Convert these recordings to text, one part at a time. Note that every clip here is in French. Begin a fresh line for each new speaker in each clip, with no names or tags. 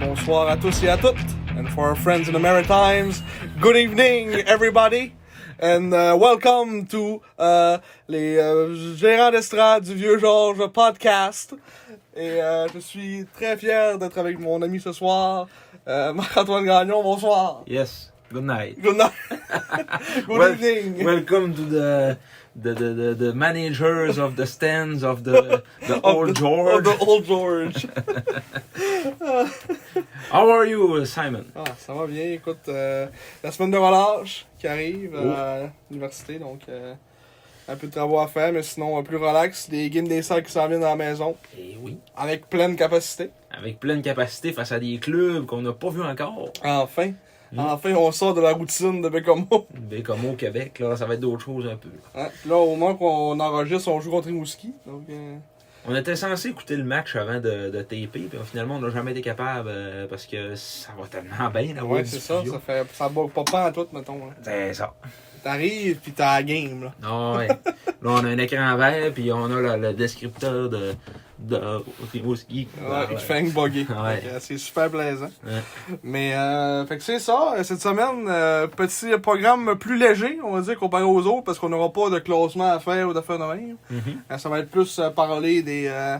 Bonsoir à tous et à toutes, and for our friends in the Maritimes, good evening everybody, and uh, welcome to uh, les euh, gérants d'estrade du Vieux Georges podcast. Et euh, je suis très fier d'être avec mon ami ce soir, euh, Marc-Antoine Gagnon, bonsoir.
Yes. Good night.
Good night. good
Well-
evening.
Welcome to the the, the, the the managers of the stands of the the
Of
old
the-
George.
of the old George.
How are you, uh, Simon?
Ah, ça va bien, écoute, euh, la semaine de relâche qui arrive euh,
Oh.
à l'université, donc euh, un peu de travaux à faire, mais sinon euh, plus relax, des games des salles qui s'en viennent à la maison,
Eh oui,
avec pleine capacité.
avec pleine capacité face à des clubs qu'on n'a pas vus encore.
Enfin,
Mm.
enfin on sort de la routine de Bécomo.
Mais comme au Québec, là, ça va être d'autres choses un peu.
Hein, puis Là, au moment qu'on enregistre, on joue contre Rimouski, donc euh,
On était censé écouter le match avant de, de taper, puis finalement on n'a jamais été capable euh, parce que ça va tellement bien la
ouais, c'est ça, ça fait, ça bug pas pas en tout, mettons. là.
C'est ça.
T'arrives, pis t'as la game, là.
Non, Ah ouais. là on a un écran vert, puis on a le, le descripteur de de Rimouski.
Ouais, Ah, il te fait une bugger.
Ah Ouais.
Fait que, euh, C'est super plaisant.
Ouais.
Mais, euh, fait que c'est ça. Cette semaine, euh, petit programme plus léger, on va dire, comparé aux autres, parce qu'on n'aura pas de classement à faire ou d'affaires de même.
Mhm.
Euh, ça va être plus euh, parler des, euh,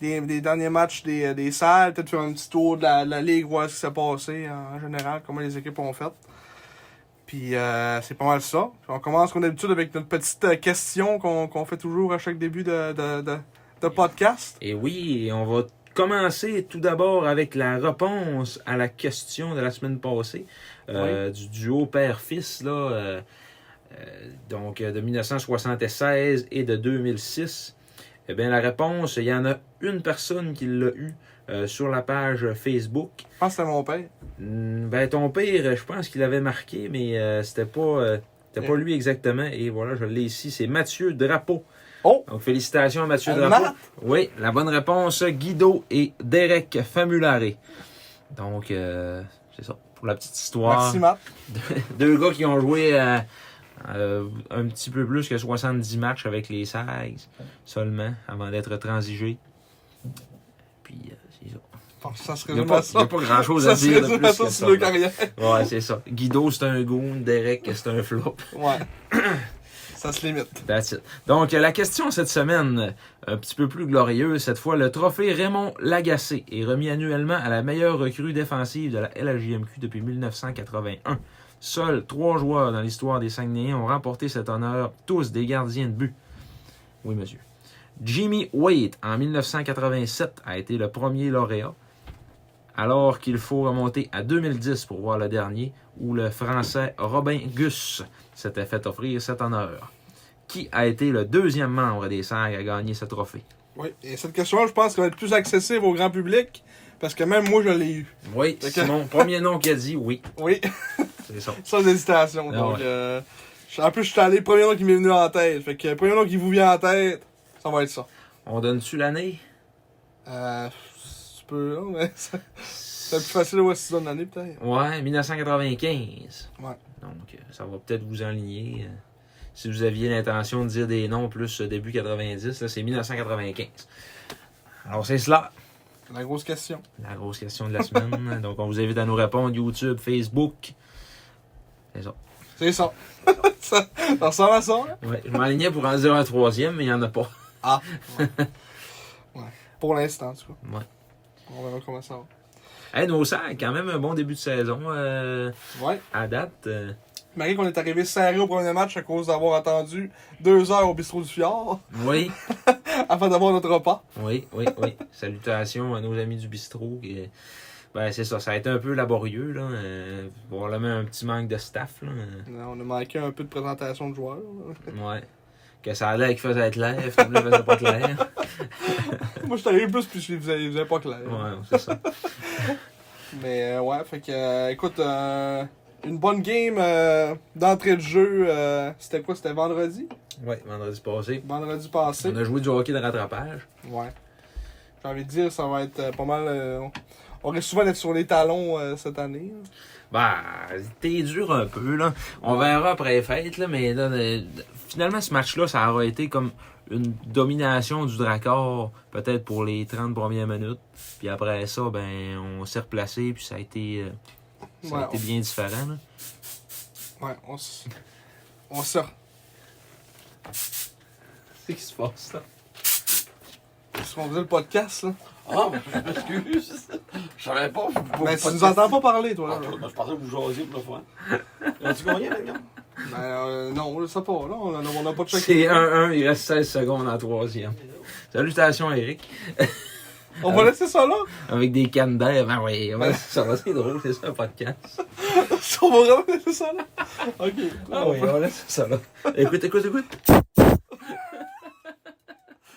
des, des derniers matchs des, euh, des salles, peut-être faire un petit tour de la, la ligue, voir ce qui s'est passé euh, en général, comment les équipes ont fait. Puis, euh, c'est pas mal ça. Puis on commence comme d'habitude avec notre petite euh, question qu'on qu'on fait toujours à chaque début de, de, de, de podcast.
Et oui, et on va commencer tout d'abord avec la réponse à la question de la semaine passée euh, du duo père-fils, là, euh, euh, donc euh, de 1976 et de 2006. Eh bien, la réponse, il y en a une personne qui l'a eu euh, sur la page Facebook.
Je pense que c'est mon père.
Hmm, Ben, ton pire, je pense qu'il avait marqué, mais euh, c'était pas, euh, c'était pas lui exactement. Et voilà, je l'ai ici, c'est Mathieu Drapeau.
Oh!
Donc, félicitations à Mathieu
Un
Drapeau.
mat.
Oui, la bonne réponse, Guido et Derek Famulare. Donc, euh, c'est ça, pour la petite histoire.
Merci, Matt.
Deux gars qui ont joué euh, euh, un petit peu plus que 70 matchs avec les 16 seulement, avant d'être transigés. Puis, euh, c'est ça.
Bon, ça se
Il n'y a
résume
pas,
à
il y
ça.
a pas grand-chose
Ça
à
se
dire de
résume à
plus
ça
que
sur le
ça.
carrière.
Ouais, c'est ça. Guido, c'est un goon. Derek, c'est un flop.
Ouais. ça se limite.
That's it. Donc, euh, la question cette semaine, euh, un petit peu plus glorieuse cette fois, le trophée Raymond Lagacé est remis annuellement à la meilleure recrue défensive de la LHJMQ depuis 1981. Seuls trois joueurs dans l'histoire des Saguenayens ont remporté cet honneur, tous des gardiens de but. Oui, monsieur. Jimmy Wade, en 1987, a été le premier lauréat, alors qu'il faut remonter à 2010 pour voir le dernier, où le Français Robin Gus s'était fait offrir cet honneur qui a été le deuxième membre des Sags à gagner ce trophée.
Oui. Et cette question-là, je pense qu'elle va être plus accessible au grand public. Parce que même moi, je l'ai eu.
Oui,
Fait
c'est
que-
mon premier nom qu'il a dit, oui,
Oui.
c'est ça.
Sans hésitation.
Ah
donc,
ouais.
euh, je- en plus, je suis allé, premier nom qui m'est venu en tête. Fait que le premier nom qui vous vient en tête, ça va être ça.
On donne-tu l'année?
Euh, tu peux, hein, mais ça- c'est plus facile ouais, si tu donnes l'année, peut-être.
Ouais, 1995.
Ouais.
Donc, euh, ça va peut-être vous enligner. euh, si vous aviez l'intention de dire des noms plus euh, début 90, là, c'est 1995. Alors, c'est cela,
La grosse question.
la grosse question de la semaine. Donc, on vous invite à nous répondre YouTube, Facebook. C'est ça.
C'est ça. ça. Ça ressemble à ça, là.
Ouais, je m'alignais pour en dire un troisième, mais il n'y en a pas.
Ah. Ouais. Ouais. Pour l'instant, en tout cas.
Ouais.
On verra comment ça va.
Hey, nos sacs, quand même un bon début de saison. euh,
Ouais.
à date, euh,
Malgré qu'on est arrivé serré au premier match à cause d'avoir attendu deux heures au bistrot du Fjord
Oui,
afin d'avoir notre repas.
oui, oui, oui. Salutations à nos amis du bistrot. qui- Ben, c'est ça, ça a été un peu laborieux, là. euh, probablement un petit manque de staff, là. euh,
Euh, On a manqué un peu de présentation de joueurs. là.
Ouais. Que ça allait qu'il faisait clair, finalement, il faisait pas clair.
Moi, je suis arrivé plus puis je vous avais- vous avais pas clair.
Ouais, c'est ça.
Mais euh, ouais, fait que, euh, écoute, euh, une bonne game euh, d'entrée de jeu. euh, c'était quoi C'était vendredi
Ouais, vendredi passé.
Vendredi passé.
On a joué du hockey de rattrapage.
Ouais. J'ai envie de dire, ça va être euh, pas mal. euh, on- on risque souvent d'être sur les talons euh, cette année. là.
Bah, t'es dur un peu, là. On verra après les fêtes, là, mais là, euh, finalement, ce match-là, ça aura été comme une domination du Dracor, peut-être pour les 30 premières minutes. Puis après ça, ben, on s'est replacé, puis ça a été, euh, ça
Ouais,
a été
on-
bien différent, là.
Ouais, on s- on sort.
C'est qui se passe, là?
Parce qu'on faisait le podcast, là.
Ah, mais je m'excuse. Je savais pas. vous-
Ben,
vous-
tu nous entends pas parler,
Ah,
toi, là.
moi, je pensais que vous jasiez pour la fois. On tu gagné maintenant?
Ben, euh, non, on le sait pas, là. On en a, on a pas
C'est
checké.
1-1, il reste 16 secondes en troisième. Salutations, Eric.
On
Euh.
va laisser ça là.
Avec des cannes d'air, ben oui, ouais, ça va, c'est drôle, c'est ça, un podcast.
on va vraiment laisser ça là. Ok.
voilà, c'est ça, là. Écoute, écoute, écoute.
Je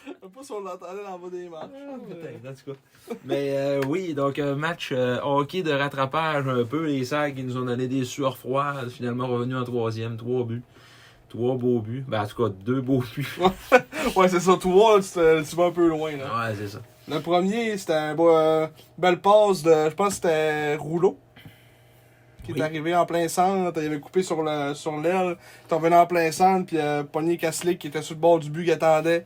sais pas si on l'entendait dans le bas des
Ah,
marches.
Putain, en tout cas. Mais euh, oui, donc un match euh, hockey de rattrapage un peu. Les sacs qui nous ont donné des sueurs froides, finalement revenus en troisième, trois buts. Trois beaux buts. Ben en tout cas, deux beaux buts.
Ouais, c'est ça. Toi, tu, te- tu vas un peu loin, là.
Ouais, c'est ça.
Le premier, c'était un beau- euh, belle passe de. Je pense que c'était Rouleau. Qui
Oui.
est arrivé en plein centre. Il avait coupé sur le sur l'aile. Il est revenu en plein centre. Puis euh, Pogné Kasslik qui était sur le bord du but qui attendait.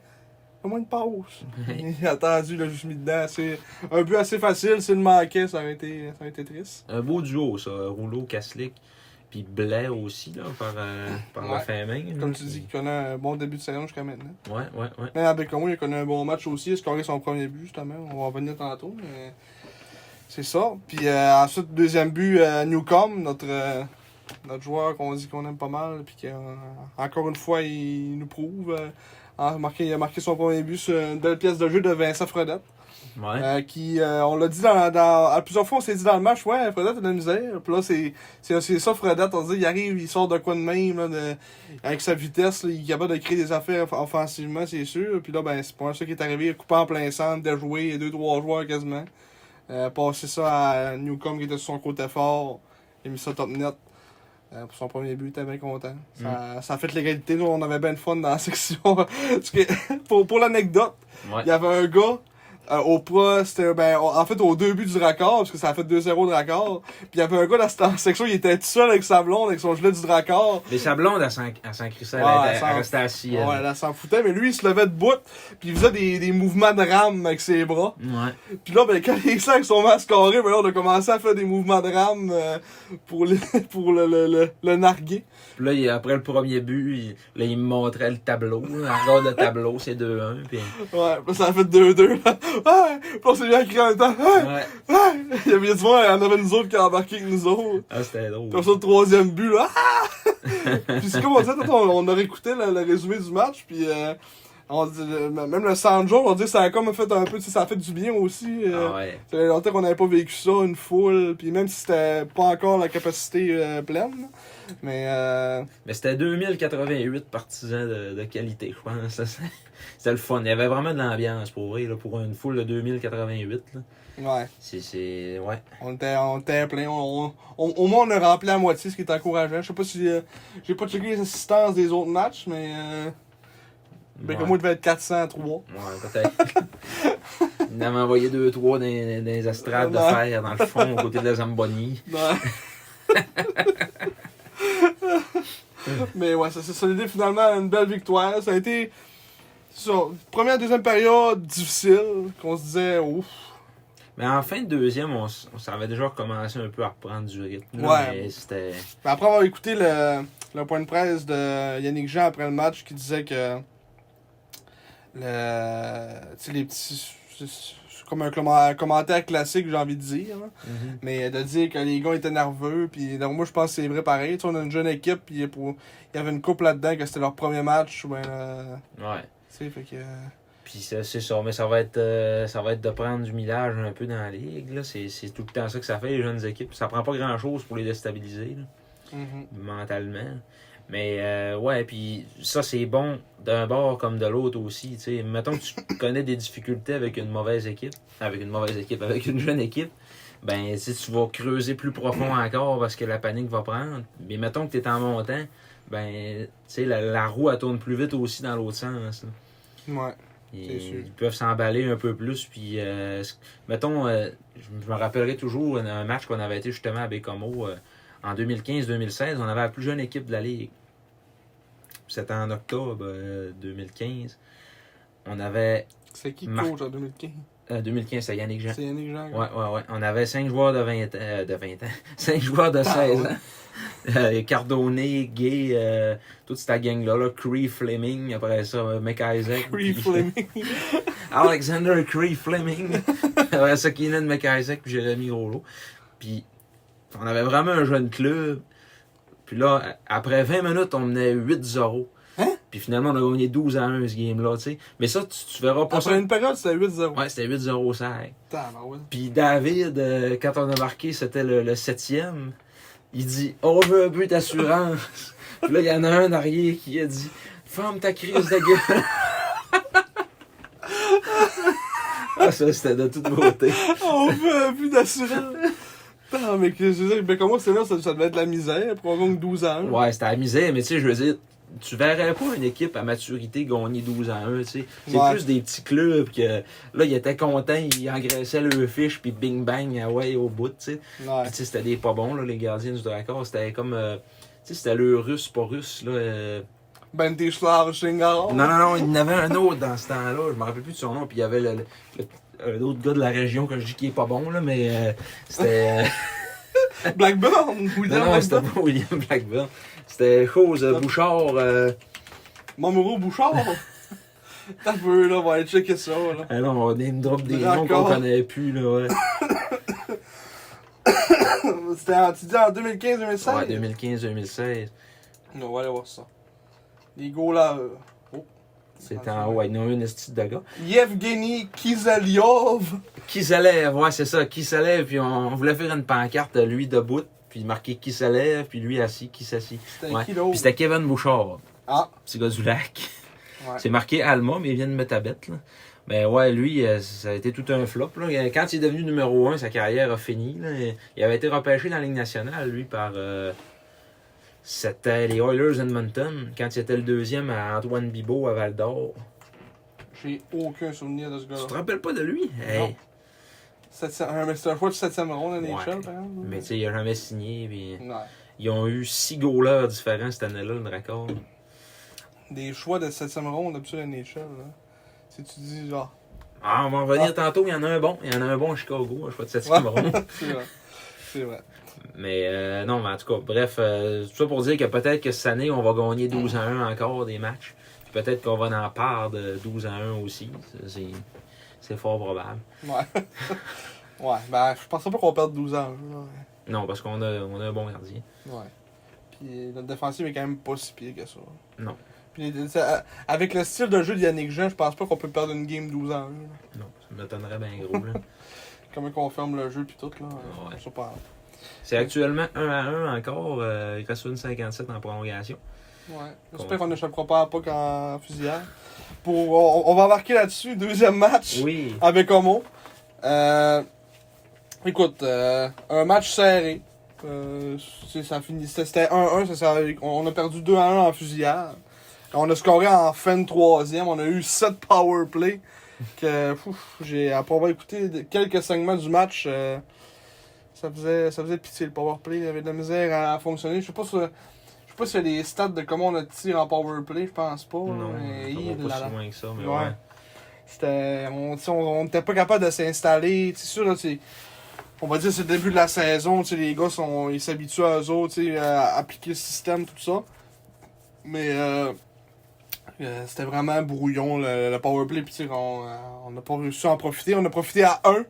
Comment une pause? Il a attendu, il a juste mis dedans. C'est un but assez facile. S'il le manquait, ça aurait été, ça aurait été triste.
Un beau duo, ça. Rouleau, Caslick, puis Blair aussi, là, par, euh, par la
Ouais.
fin main.
Comme tu dis, qu'il connaît un bon début de saison jusqu'à maintenant.
Ouais, ouais, ouais.
Même avec Conway, Ben, il a connu un bon match aussi. Il a scoré son premier but, justement. On va en revenir tantôt. Mais... C'est ça. Puis euh, ensuite, deuxième but, euh, Newcombe, notre, euh, notre joueur qu'on dit qu'on aime pas mal. Puis qu'encore une fois, il nous prouve. euh, en marqué- il a marqué son premier but sur une belle pièce de jeu de Vincent Fredette.
Ouais.
Euh, qui, euh, on l'a dit dans, dans- à plusieurs fois, on s'est dit dans le match, ouais, Fredette a de la misère. Puis là, c'est, c'est, c'est ça, Fredette. On se dit, il arrive, il sort de quoi de même, là, de- avec sa vitesse, là, il est capable de créer des affaires off- offensivement, c'est sûr. Puis là, ben, c'est pas mal ça qui est arrivé, coupé en plein centre, de jouer deux, trois joueurs quasiment. Euh, passer ça à Newcomb qui était sur son côté fort. Il a mis ça top net. Euh, pour son premier but, il était bien content. Ça, ça a fait l'égalité. Nous, on avait bien le fun dans la section. Parce que, pour, pour l'anecdote,
ouais.
il y avait un gars euh, au pro, c'était ben, en fait au deux buts du raccord, parce que ça a fait 2-0 de raccord. Puis il y avait un gars dans cette en section, il était tout seul avec sa blonde, avec son gilet du raccord.
Mais sa blonde, elle s'en elle s'en crissait, elle,
Ouais,
était-
elle
elle
s'en-
restait assise.
Ouais,
elle.
elle s'en foutait, mais lui il se levait de bout, puis il faisait des, des mouvements de rame avec ses bras.
ouais.
Puis là, ben, quand les sacs sont mascarés, ben là, on a commencé à faire des mouvements de rame euh, pour, les, pour le, le, le, le narguer.
Puis là, il- après le premier but, il, là, il me montrait le tableau. là. Elle regarde le tableau, c'est 2-1. Puis...
Ouais, puis là, ça a fait 2-2. là. Ah, Ouais, puis on s'est mis à crier en même temps. Ah, Ouais,
Ouais.
ouais. Il y avait du monde, il y en avait nous autres qui a embarqué que nous autres.
Ah, c'était drôle.
Comme ça, le troisième but, là. Ah! puis c'est comme on disait, tantôt, on, on aurait écouté le, le résumé du match, puis euh, on dit- le- même le Sanjo, on dit que ça a comme fait un peu, tu sais, ça a fait du bien aussi. euh,
Ah ouais.
Ça fait longtemps qu'on n'avait pas vécu ça, une foule, puis même si c'était pas encore la capacité euh, pleine, mais euh,
Mais c'était 2088 partisans de, de qualité, je pense. là. C'est- C'était le fun. Il y avait vraiment de l'ambiance pour vrai, là, pour une foule de 2088. là.
ouais,
C'est- C'est. Ouais.
on était, on était plein, on, on- au moins on a rempli à moitié, ce qui est encourageant. Je sais pas si, euh, j'ai pas checké les assistances des autres matchs, mais euh,
Ouais.
Bécamo devait être 403.
Ouais, peut-être. Il m'avait envoyé deux, trois dans, dans les estrades de
Ouais.
fer, dans le fond, aux côtés de la Zamboni.
Ouais. Mais ouais, ça s'est solidé finalement à une belle victoire. Ça a été. c'est ça, première, deuxième période difficile, qu'on se disait, ouf.
Mais en fin de deuxième, on, s- on savait déjà recommencer un peu à reprendre du rythme. là,
Ouais.
Mais c'était.
Mais Ben, après avoir écouté le, le point de presse de Yannick Jean après le match qui disait que le, tu sais, les petits. c'est- c'est- comme un commen- commentaire classique, j'ai envie de dire. là. Mais de dire que les gars étaient nerveux, puis donc moi je pense que c'est vrai pareil. Tu sais, on a une jeune équipe, puis pour... il y avait une couple là-dedans que c'était leur premier match. Ben, euh,
Ouais.
tu sais, fait que. euh,
Puis ça, c'est ça. Mais ça va être euh, ça va être de prendre du millage un peu dans la ligue. là. C'est c'est tout le temps ça que ça fait, les jeunes équipes. Ça prend pas grand-chose pour les déstabiliser, là,
mhm.
Mm-hmm. mentalement. Mais euh, ouais, puis ça, c'est bon d'un bord comme de l'autre aussi. tu sais. Mettons que tu connais des difficultés avec une mauvaise équipe, avec une mauvaise équipe, avec une jeune équipe, ben tu sais, tu vas creuser plus profond encore parce que la panique va prendre. Mais mettons que tu es en montant, ben tu sais, la, la roue, elle tourne plus vite aussi dans l'autre sens. là.
Ouais. C'est sûr.
Ils, ils peuvent s'emballer un peu plus. Puis, euh, c- mettons, euh, je je me rappellerai toujours un- un match qu'on avait été justement à Bécomo euh, en 2015-2016. On avait la plus jeune équipe de la Ligue. C'était en octobre euh, 2015. On avait.
C'est qui
Marc-
coach en 2015
euh, 2015, c'est Yannick Jean.
C'est Yannick Jean.
Ouais, ouais, ouais. On avait 5 joueurs de 20, euh, de 20 ans. 5 joueurs
Ah,
de 16 ans. Euh, Cardonnet, Gay, euh, toute cette gang-là, là, Cree Fleming, après ça, euh, McIsaac.
Free
puis-
Fleming.
Alexander Cree Fleming. Après ça, Keenan McIsaac puis Jérémy Grosjean. Puis, on avait vraiment un jeune club. Puis là, a- après 20 minutes, on menait 8-0. Puis finalement, on a gagné 12 à 1 ce game-là, tu sais. Mais ça, tu, tu verras pas
Après une période, c'était 8-0.
ça. Ouais, c'était 8-0 sec.
Tabarouette.
Puis David, euh, quand on a marqué, c'était le, le septième. Il dit On veut un but d'assurance. Puis là, il y en a un derrière qui a dit Ferme ta crise de gueule. ah, ça, c'était de toute beauté.
On veut plus d'assurance. Putain, mais que je veux dire, mais comment c'est là, ça, ça devait être la misère, probablement que 12 ans.
Ouais, c'était amusé, mais tu sais, je veux dire, tu verrais pas une équipe à maturité gagner 12 à 1, tu sais. C'est
Ouais.
plus des petits clubs que là, ils étaient contents, ils engraissaient le fiche, puis bing bang, ah ouais, au bout, tu sais.
Ouais.
Puis, Ah, tu sais, c'était des pas bons, là, les gardiens du Drakkar. C'était comme. euh, tu sais, c'était le russe, pas russe, là. euh.
Ben des Schlav, Shingar.
Non, non, non, il y en avait un autre dans ce temps-là. Je me rappelle plus de son nom. Puis il y avait le, le- le- un autre gars de la région que je dis qui est pas bon, là, mais euh, c'était. euh,
Blackburn,
non,
William
non, c'était
Blackburn.
pas William Blackburn. C'était chose euh, Bouchard. euh,
Mamoru Bouchard. T'as peu, là, on va aller checker ça, là.
Ah non, on name drop des noms qu'on
Drakkar.
connaît plus, là, ouais.
C'était, en- tu dis en 2015-2016?
Ouais, 2015-2016.
On va aller voir ça. Les goals là. euh,
C'était en haut, il y en a une petite de gars.
Yevgeny Kizaliov.
Qui se lève, ouais, c'est ça, qui se lève, puis on, on voulait faire une pancarte, lui debout, puis marquer qui se lève, puis lui assis, qui s'assit.
C'était
Ouais.
qui l'autre?
Puis c'était Kevin Bouchard,
Oh. Ah,
petit gars du lac.
ouais.
C'est marqué Alma, mais il vient de Metabet, là. Mais ouais, lui, euh, ça a été tout un flop, là. Euh, Quand il est devenu numéro un, sa carrière a fini, là. Il avait été repêché dans la Ligue nationale, lui, par... euh, c'était les Oilers Edmonton, quand il était le deuxième à Antoine Bibeau à Val-d'Or.
J'ai aucun souvenir de ce
Tu te
gars-là.
rappelles pas de lui? Hey.
Septième- Un Mr. Foot, septième round à
Ouais.
NHL, par exemple.
Mais tu sais, il a jamais signé, puis...
Ouais.
Ils ont eu six goalers différents cette année-là, le raccord.
Des choix de septième round absolument à NHL, là. Si tu dis, genre.
Ah, on va en revenir tantôt, il y en a un bon. Il y en a un bon à Chicago, hein, je crois de 7 ronde.
C'est vrai. C'est vrai.
Mais euh, non, mais en tout cas, bref, euh, tout ça pour dire que peut-être que cette année, on va gagner 12 à 1 encore des matchs. Puis peut-être qu'on va en part de 12 à 1 aussi. Ça, C'est, c'est fort probable.
Ouais. ouais, ben, je pensais pas qu'on perde 12 ans, là.
Non, parce qu'on a, on a un bon gardien.
Ouais. Puis notre défensive est quand même pas si pire que ça.
Non.
Puis les- ça- avec le style de jeu de Yannick Jean, je pense pas qu'on peut perdre une game 12 ans. là.
Non, ça m'étonnerait bien gros. Là.
Comment qu'on ferme le jeu puis tout là.
Ouais.
C'est pas
C'est actuellement 1 à 1 encore. Euh, il reste une 57 en prolongation.
Ouais. J'espère qu'on n'échappera pas à pas qu'en fusillade. Pour, on, on va embarquer là-dessus, deuxième match
Oui.
avec Homo. Euh, écoute, euh, un match serré. Euh, c'est- ça finissait, c'était 1-1, ça, ça- on a perdu 2-1 en fusillade. On a scoré en fin de troisième, on a eu 7 power play. Que, pouf, j'ai, après avoir écouté de- quelques segments du match, euh, ça, faisait, ça faisait pitié le power play. Il y avait de la misère à, à fonctionner. Je sais pas si, je sais pas s'il y a des stats de comment on a tiré en power play, je pense pas.
Non,
mais
ça va
Ah, il-
pas
là-
si
là.
loin que ça, mais
Ouais.
ouais.
C'était, on n'était on, on était pas capable de s'installer. C'est sûr, là, c'est- on va dire c'est le début de la saison. tu sais, Les gars sont, ils s'habituent à eux autres, tu sais, à appliquer le système, tout ça. Mais euh, Euh, C'était vraiment brouillon le, le powerplay. Puis tu sais, on euh, on n'a pas réussi à en profiter. On a profité à un.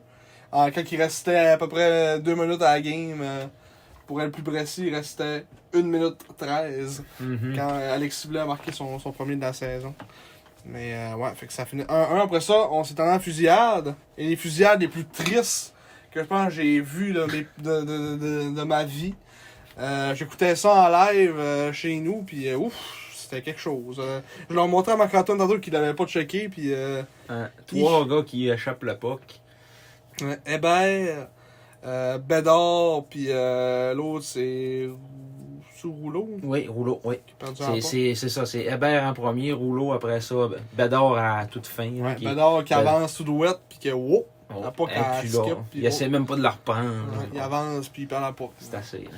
euh, quand il restait à peu près deux minutes à la game, euh, pour être plus précis, il restait 1 minute 13
Mhm.
quand euh, Alexis Blais a marqué son, son premier de la saison. Mais euh, ouais, fait que ça finit 1-1. Après ça, on s'est allé en fusillade. Et les fusillades les plus tristes que je pense que j'ai vues de, mes- de, de- de- de ma vie. Euh, J'écoutais ça en live euh, chez nous, puis euh, ouf, c'était quelque chose. Euh, je leur montrais à Marc-Antoine tantôt qu'il l'avait pas checké, puis euh,
Euh, trois gars qui échappent le puck.
euh, Hébert, euh, Bédard, puis euh, l'autre c'est sous rouleau.
Oui, Rouleau, oui.
qui est perdu en
C'est-
bas.
C'est c'est ça, c'est Hébert en premier, Rouleau après ça, B- Bédard à toute fin.
Ouais,
qui-
Bédard qui
Bel-
avance sous douette, puis que wow,
oh,
à pas
hey,
qu'à
puis
skip,
là,
puis
Il essaie
oh.
même pas de la reprendre.
Ouais, il avance puis il perd la porte.
C'est assez. là.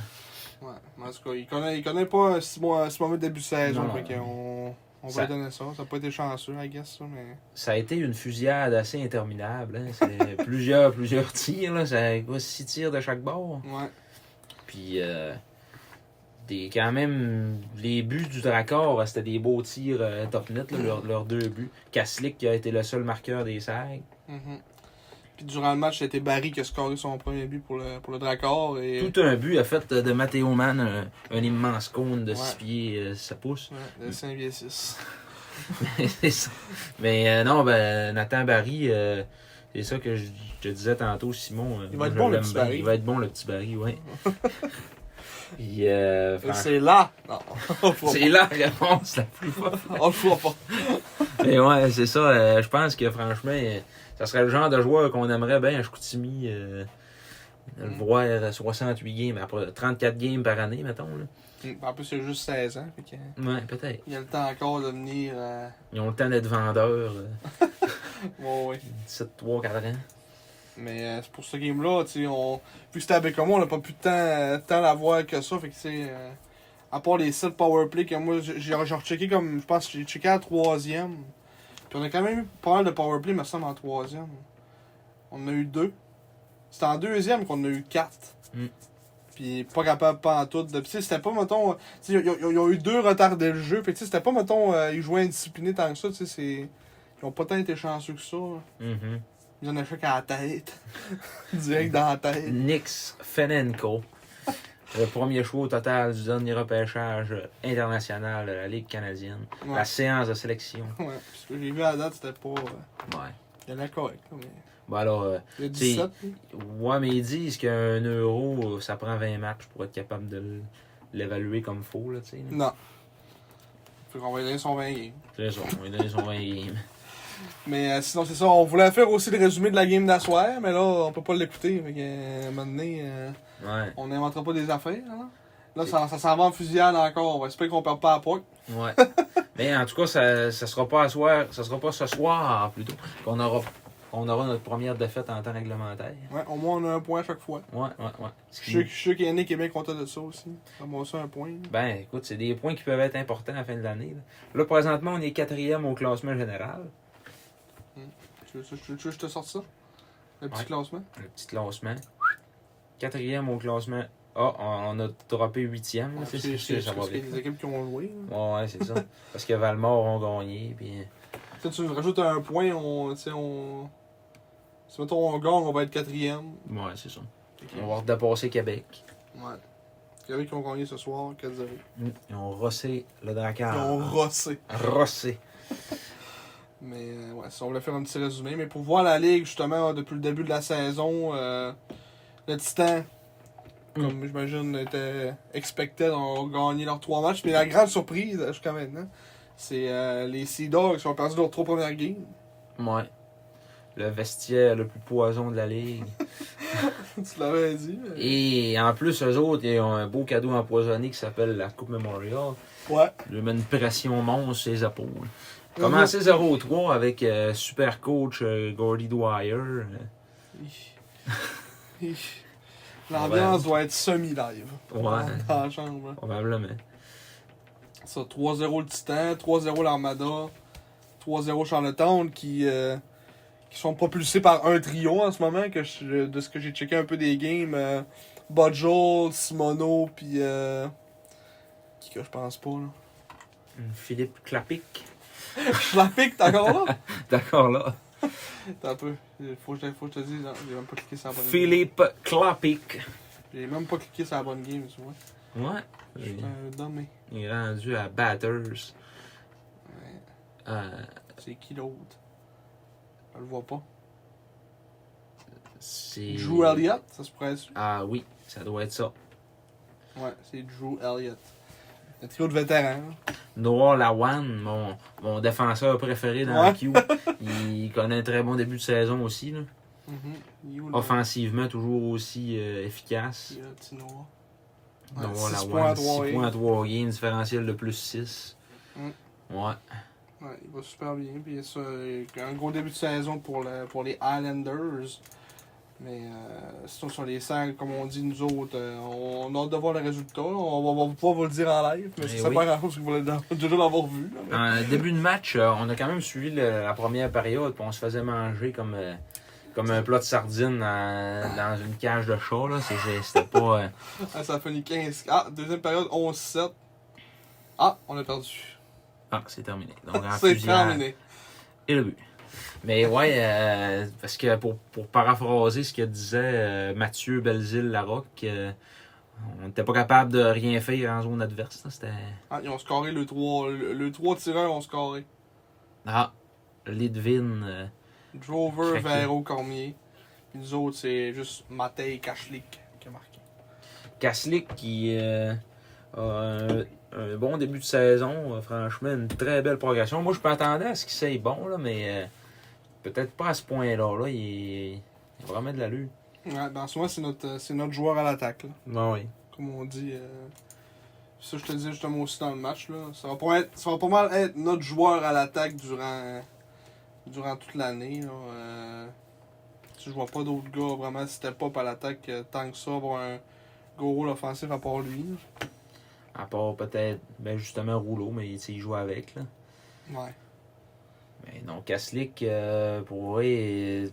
Ouais. En tout cas, il connaît, il connaît pas euh, Simon, Simon de début de saison.
Non,
fait
non.
qu'on- on va
Ça-
lui donner ça. Ça n'a pas été chanceux, I guess, ça, mais.
Ça a été une fusillade assez interminable. hein. C'est plusieurs, plusieurs tirs. Là. Ça quoi, six tirs de chaque bord.
Ouais.
Puis, euh, des, quand même, les buts du Dracor, euh, c'était des beaux tirs euh, top net, là, leurs leurs deux buts. Kaslik qui a été le seul marqueur des sacs.
Mhm. Puis durant le match, c'était Barry qui a scoré son premier but pour le, pour le Dracor. Et...
Tout un but a fait de Matteo Mann un, un immense cône de 6
Ouais.
pieds, euh, 7 pouces.
Ouais, le 5 vs 6.
C'est ça. Mais euh, non, ben, Nathan Barry, euh, c'est ça que je, je te disais tantôt, Simon. euh,
Il va être
je
bon, le
l'aime
petit
bien.
Barry.
Il va être bon, le petit Barry, oui. Puis, euh, franchement,
C'est là! Non, on le fera
c'est la réponse la plus forte.
pas. On le fera pas.
Mais ouais, c'est ça. euh, je pense que franchement, euh, ça serait le genre de joueur qu'on aimerait bien à Chicoutimi. euh, le
Mm.
voir à 68 games, après 34 games par année, mettons. Là.
Mm. En plus, il a juste 16 ans. Fait que...
Ouais, peut-être.
Il a le temps encore de venir. Euh...
Ils ont le temps d'être vendeurs. euh,
ouais, ouais.
7, 3, 4 ans.
Mais euh, c'est pour ce game-là, tu sais, on... vu que c'était à Bécamo, on n'a pas pu tant, euh, tant la voir que ça. Fait que, tu sais, euh, à part les 7 powerplay que moi, j'ai j'ai rechecké comme, je pense, que j'ai checké à la troisième. Puis on a quand même eu pas mal de powerplay, me semble, en troisième. On en a eu deux. C'était en deuxième qu'on en a eu quatre.
Mm.
Puis pas capable, pas en tout. Puis, tu sais, c'était pas, mettons, euh, tu sais, ils ont- ils ont- ils ont eu deux retardés le jeu. Fait que, tu sais, c'était pas, mettons, euh, ils jouaient indisciplinés tant que ça, tu sais, c'est. Ils ont pas tant été chanceux que ça. là.
Mhm.
Il y en a choc à la tête. Direct dans la tête.
Nix Fenenko. Le premier choix au total du dernier repêchage international de la Ligue canadienne.
Ouais.
La séance de sélection.
Ouais. Parce que j'ai vu à la date, c'était pas. euh,
Ouais.
Il y en a correct, là, mais.
Bon, alors, euh,
Il y a
C'est-
17. là.
ouais, mais ils disent qu'un euro, euh, ça prend 20 matchs pour être capable de l- l'évaluer comme faux, là, tu sais. là.
Non. Fait qu'on va lui donner son 20 games.
C'est ça, on va lui donner son 20 games.
Mais euh, sinon, c'est ça. On voulait faire aussi le résumé de la game d'asseoir, mais là, on peut pas l'écouter. Fait que, euh, à un moment donné, euh,
Ouais,
on n'inventera pas des affaires, hein. Là, ça, ça s'en va en fusillade encore. On va espérer qu'on perd pas à poids.
ouais. Mais en tout cas, ça, ça sera pas à soir, ça sera pas ce soir, plutôt, qu'on aura, on aura notre première défaite en temps réglementaire.
Ouais, au moins, on a un point à chaque fois.
Ouais, ouais, ouais. Ce
Je
qui-
suis- je suis sûr qu'Yannick est bien content de ça aussi. Comme ça, un point. là.
Ben, écoute, c'est des points qui peuvent être importants à la fin de l'année. Là. Là, présentement, on est quatrième au classement général.
Tu veux, tu veux- tu veux que je te sorte ça? Le petit
Ouais.
classement?
Le petit classement. Quatrième au classement. Ah, on, on a droppé huitième. là.
Ouais,
C'est-
c'est-
c'est-
c'est-
ça va
parce que
vite.
les équipes qui ont joué. là.
Ouais, ouais, c'est ça. Parce que Valmore ont gagné. Puis...
Tu sais, tu rajoutes un point, on. tu sais, on... Si mettons on gagne, on va être quatrième.
Ouais, c'est ça. On va redépasser Québec.
Ouais. Québec qui ont gagné ce soir, 4-0.
Ils ont rossé
Ils
le
ont
Drakkar.
rossé.
Rossé.
Mais euh, ouais, ça, on voulait faire un petit résumé. Mais pour voir la Ligue, justement, depuis le début de la saison, euh, le Titan, comme j'imagine, était expected, ont gagné leurs trois matchs. Mais la grande surprise, euh, jusqu'à maintenant, c'est euh, les Sea Dogs qui ont perdu leurs trois premières games.
Ouais. Le vestiaire le plus poison de la ligue.
tu l'avais dit. mais-
Et en plus, eux autres, ils ont un beau cadeau empoisonné qui s'appelle la Coupe Memorial.
Ouais.
Je mets une pression monstre sur les épaules. Commencez 0-3 avec euh, super coach euh, Gordy Dwyer. Euh,
Hi. Hi. L'ambiance doit être semi-live.
Ouais,
Dans la chambre. hein.
probablement.
Ça, 3-0 le Titan, 3-0 l'Armada, 3-0 Charlottetown qui, euh, qui sont propulsés par un trio en ce moment. Que je- de ce que j'ai checké un peu des games, euh, Budgel, Simono, puis. euh, qui que je pense pas là.
Philippe Clapic.
Je la pique, t'es encore là?
D'accord,
Ah,
là.
T'as un peu. Faut que, je, faut que je te dise, hein, j'ai même pas cliqué sur la bonne game.
Philippe Klapik.
J'ai même pas cliqué sur la bonne game, tu vois.
Ouais.
Je suis un dommé.
Il est rendu à Batters.
Ouais.
Euh,
C'est qui l'autre? Je le vois pas.
c'est...
Drew Elliott, ça se pourrait être.
Ah oui, ça doit être ça.
Ouais, c'est Drew Elliott. Le trio de vétérans. hein.
Noir Lawan, mon, mon défenseur préféré dans
Ouais.
le Q. Il connaît un très bon début de saison aussi. là.
Mhm. Il est où, là?
Offensivement, toujours aussi euh, efficace.
Il est là, petit noir. Ouais,
Noir
six
Lawan,
points à trois
6
games.
points à 3 games, différentiel de plus 6.
Mm.
Ouais.
Ouais, il va super bien. Puis ça, euh, un gros début de saison pour, le, pour les Highlanders. Mais euh, sinon, sur les salles, comme on dit nous autres, euh, on a hâte de voir le résultat. On va, on va pouvoir vous le dire en live. Mais
Eh
ça sert
oui.
pas à grand chose que vous l'avez dans- déjà l'avoir vu. là, mais-
En début de match, euh, on a quand même suivi le- la première période, puis on se faisait manger comme, euh, comme un plat de sardines dans, dans une cage de chat. là. C'est- c'est- C'était pas. euh,
Ah, ça a fini 15. Ah, deuxième période, 11-7. Ah, on a perdu.
Ah, c'est terminé. Donc, en
C'est
fusillade.
terminé.
Et le but. Mais ouais, euh, parce que pour, pour paraphraser ce que disait euh, Mathieu Belzile Larocque, euh, on n'était pas capable de rien faire en zone adverse. là. C'était.
Ah, ils ont scoré le 3. Le, le 3 tireurs ont scoré.
Ah, Lidvin. euh,
Drover,
Craqué.
Vero, Cormier. Puis nous autres, c'est juste Matei Kachlik qui a marqué.
Kaslik qui euh, a un, un bon début de saison, euh, franchement, une très belle progression. Moi, je m'attendais à ce qu'il soit bon, là, mais euh, peut-être pas à ce point-là. Là. Il, il a vraiment de la lue.
Ouais, ben, en ce moment, c'est notre, euh, c'est notre joueur à l'attaque. là.
oui.
Comme on dit. euh, Ça, je te le disais justement aussi dans le match. Là. Ça, va pas être, ça va pas mal être notre joueur à l'attaque durant, durant toute l'année. là. Euh, tu- je vois pas d'autres gars vraiment step up à l'attaque euh, tant que ça, avoir un gros rôle offensif à part lui. là.
À part peut-être, ben, justement, Rouleau, mais tu sais, il joue avec. Là.
Ouais.
Mais non, Kaslik, euh, pour vrai, euh,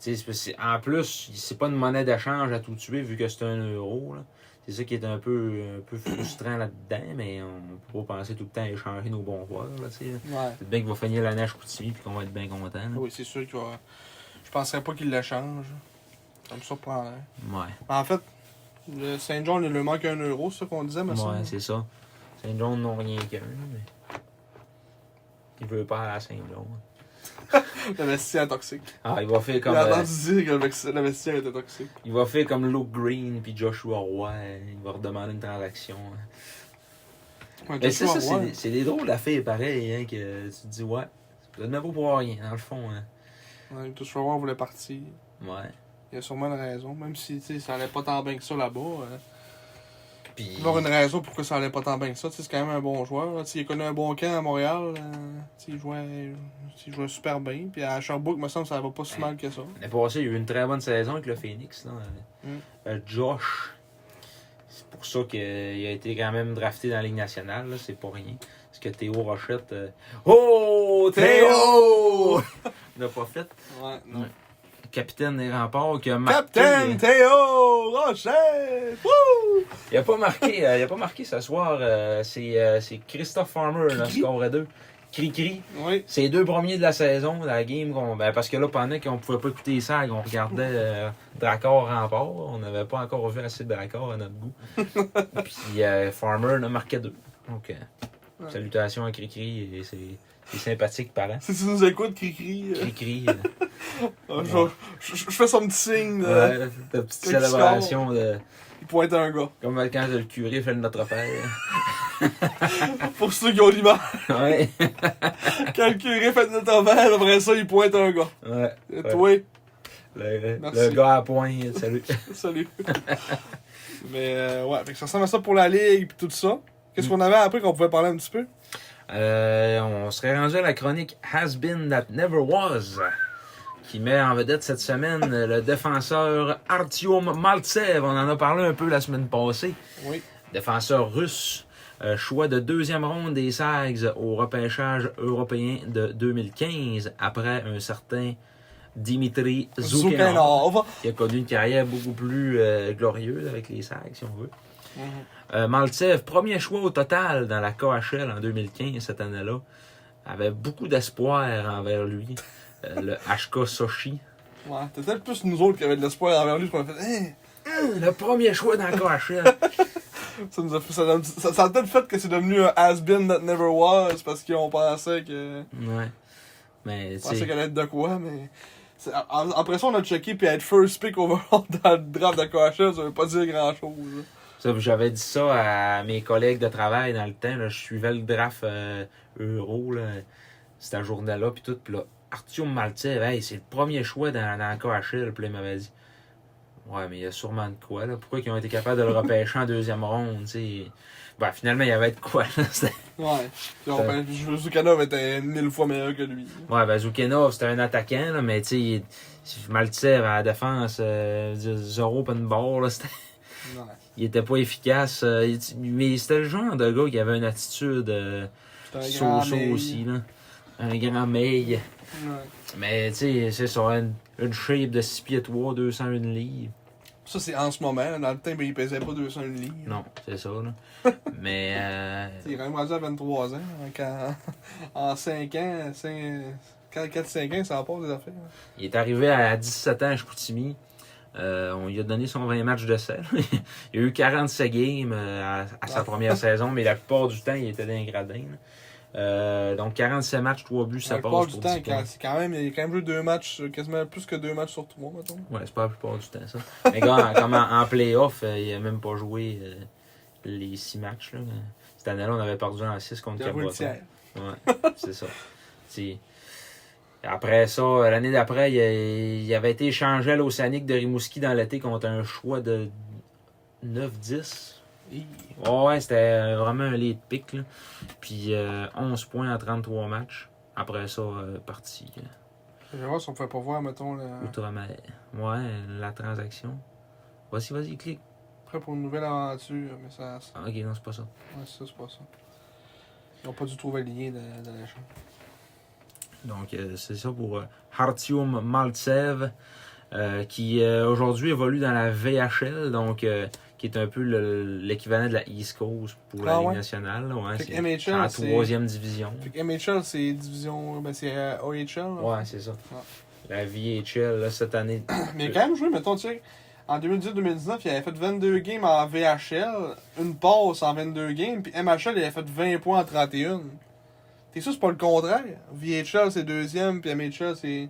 tu sais, c'est- c'est- en plus, c'est pas une monnaie d'échange à tout tuer vu que c'est un euro. là. C'est ça qui est un peu, un peu frustrant là-dedans, mais on peut pas penser tout le temps à échanger nos bons joueurs. Là, tu sais, là.
Ouais.
C'est bien qu'il va finir l'année à Chicoutimi puis qu'on va être bien content. là.
Ah Oui, c'est sûr qu'il va. Je penserais pas qu'il le change. Ça me surprendrait.
Ouais,
Ben, En fait, le Saint John, il lui manque un euro, c'est ça qu'on disait, mais
ouais c'est ça. Saint-John n'ont rien qu'un, là, mais. Il veut pas aller à Saint-John.
le vestiaire toxique.
Ah, il va faire
Il
comme.
a
euh,
entendu dire que le vesti- le vestiaire était toxique.
il va faire comme Luke Green puis Joshua Roy. euh, Il va redemander une transaction. hein.
Ouais,
Mais c'est
Joshua
ça, c'est
Roy.
des- c'est des drôles d'affaires pareil, hein, que tu te dis, ouais, ça ne vaut pour rien, dans le fond. Hein.
Ouais, Joshua Roy voulait partir.
Ouais.
Il y a sûrement une raison, même si tu sais, ça allait pas tant bien que ça là-bas. euh, Il
Puis.
va y avoir une raison pourquoi ça allait pas tant bien que ça. Tu sais, C'est quand même un bon joueur. là. Tu sais, Il a connu un bon camp à Montréal. euh, tu sais, Il jouait, il jouait super bien. Puis à Sherbrooke, me semble, ça va pas si mal que ça.
L'année passée, il y a eu une très bonne saison avec le Phoenix. Là.
Mm.
Euh, Josh, c'est pour ça qu'il a été quand même drafté dans la Ligue nationale. là, C'est pas rien. Parce que Théo Rochette. euh, Oh, Théo! n'a pas fait.
Ouais, non.
Ouais. Capitaine des remparts qui a marqué. euh,
Captain Théo Rochette! Wouh!
Il a pas marqué, euh, il a pas marqué ce soir. euh, c'est euh, c'est Christophe Farmer, là, score à deux. Cri-cri.
Oui,
C'est les deux premiers de la saison, la game, qu'on- ben, parce que là, pendant qu'on pouvait pas écouter ça, on regardait euh, Dracor Rempart. On n'avait pas encore vu assez de Dracor à notre goût. Puis euh, Farmer en a marqué deux. Donc, euh,
Ouais.
salutations à Cricri. et C'est c'est sympathique, parent.
si tu nous écoutes, cri-cri, euh,
Cricri, euh,
euh, je, je- je fais son petit signe. euh,
ouais, ta petite
quand il
célébration de.
Il pourrait être un gars.
Comme quand le curé fait le notre père.
Pour ceux qui ont l'image,
ouais.
quand le curé fait notre affaire, après ça, il pourrait être un gars.
ouais.
Et
Ouais.
toi,
Le, le
Merci.
gars à point, salut.
Salut. Mais euh, ouais, fait que ça ressemble à ça pour la ligue et tout ça.
Mm.
Qu'est-ce qu'on avait après qu'on pouvait parler un petit peu?
Euh, on serait rendu à la chronique Has Been That Never Was, qui met en vedette cette semaine le défenseur Artyom Maltsev. On en a parlé un peu la semaine passée.
Oui.
Défenseur russe, euh, choix de deuxième ronde des Sags au repêchage européen de 2015, après un certain Dimitri Zoukanov,
Zoukanov.
qui a connu une carrière beaucoup plus euh, glorieuse avec les Sags, si on veut.
Mm-hmm.
Euh, Maltsev, premier choix au total dans la KHL en 2015, cette année-là. avait beaucoup d'espoir envers lui. Euh, le HK Sochi.
Ouais, t'es peut-être plus nous autres qui avait de l'espoir envers lui, qu'on a fait, Hein,
Le premier choix dans la KHL.
ça nous a fait, ça, donne- ça- ça a peut-être fait que c'est devenu un has-been that never was parce qu'on pensait que,
Ouais. Mais,
on
tu
pensait
sais.
qu'elle allait être de quoi, mais. c'est- a- a- Après ça, on a checké puis être first pick overall dans le draft de Coachella, ça veut pas dire grand chose.
Ça, J'avais dit ça à mes collègues de travail dans le temps. là, je suivais le draft euh, Euro, là, cette journée-là, puis tout. Puis là, Artyom Maltsev, hey, c'est le premier choix dans, dans la KHL. Puis là, il m'avait dit Ouais, mais il y a sûrement de quoi, là. Pourquoi ils ont été capables de le repêcher en deuxième ronde, tu sais Ben, finalement, il y avait de quoi, là. C'était-
Ouais. Puis on
Ça-
pense que Zucanov était mille fois meilleur que lui.
Ouais, ben, Zoukenov, c'était un attaquant, là, mais tu sais, il- Maltsev à la défense, euh, zéro open ball, là, c'était.
Ouais.
Il était pas efficace, euh, il- mais c'était le genre de gars qui avait une attitude euh,
C'était un grand
so-so
mec.
aussi, là. Un grand mail.
Ouais.
Mais tu sais, c'est sur une, une shape de 6 pieds 3, 201 livres.
Ça, c'est en ce moment. Dans le temps, ben, il pesait pas 201 livres.
Non, c'est ça, là. mais euh,
Il est quand même rendu à 23 ans. hein, quand- en 5 ans, 4-5 ans, ça en passe des affaires. hein.
il est arrivé à 17 ans à Chicoutimi. Euh, on lui a donné son 20 matchs de sel. il a eu 47 games euh, à, à sa
Ah.
première saison, mais la plupart du temps, il était dans les gradins. là. Euh, donc 47 matchs, 3 buts, ça
la
passe
plupart
pour
du
10
temps,
points.
quand, c'est quand même, il a quand même joué deux matchs, euh, quasiment plus que deux matchs sur trois, mettons.
Ouais, c'est pas la plupart du temps, ça. Mais gars, en- comme en, en playoff, euh, il a même pas joué euh, les six matchs. Là. Cette année-là, on avait perdu en 6 contre
Il a joué le
Cap-Breton.
tiers.
Ouais, c'est ça. T'sais, Après ça, euh, l'année d'après, il, a- il avait été échangé à l'Océanique de Rimouski dans l'été contre un choix de 9-10.
Hi.
Ouais, ouais, c'était euh, vraiment un lit de pique. là. Puis euh, 11 points en 33 matchs. Après ça, euh, parti euh,
Je vais voir si on pouvait pas voir, mettons, le-
outre-mer. Ouais, la transaction. Vas-y, vas-y, clique.
prêt pour une nouvelle aventure, mais ça, ça,
Ah, Ok, non, c'est pas ça.
ouais, ça, c'est pas ça. Ils ont pas du tout trouvé le lien de, de l'échange.
Donc, euh, c'est ça pour euh, Hartium Maltsev, euh, qui euh, aujourd'hui évolue dans la VHL, donc euh, qui est un peu le- l'équivalent de la East Coast pour la
Ah
Ligue
ouais?
nationale. là, Ouais,
Fait que
c'est
MHL,
en
c'est-
troisième division.
Fait que MHL, c'est division. Ben, c'est euh, OHL. là.
Ouais, c'est ça.
Ouais.
La VHL, là, cette année.
Mais il a quand même joué, mettons, tu sais, en 2018-2019, il avait fait 22 games en VHL, une passe en 22 games, puis MHL, il avait fait 20 points en 31. T'es sûr, c'est pas le contraire? VHL, c'est deuxième, puis MHL, c'est.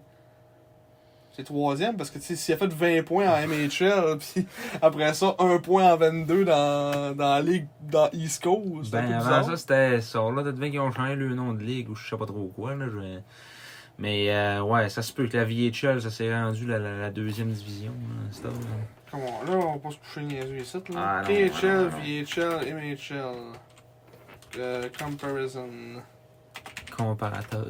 C'est troisième, parce que tu sais, s'il a fait 20 points en MHL, puis après ça, 1 point en 22 dans, dans la Ligue, dans East Coast, c'est un
Ben,
peu
avant
bizarre.
ça, c'était ça. Là, peut-être bien qu'ils ont changé le nom de ligue ou je sais pas trop quoi. Là, je- Mais euh, ouais, ça se peut que la VHL, ça s'est rendu la, la- la deuxième division. hein, c'est ça, là.
Come on, là, on va pas se coucher niaiseux ici, là.
Ah, non,
KHL,
non, non.
VHL, MHL. Euh, comparison.
comparateur.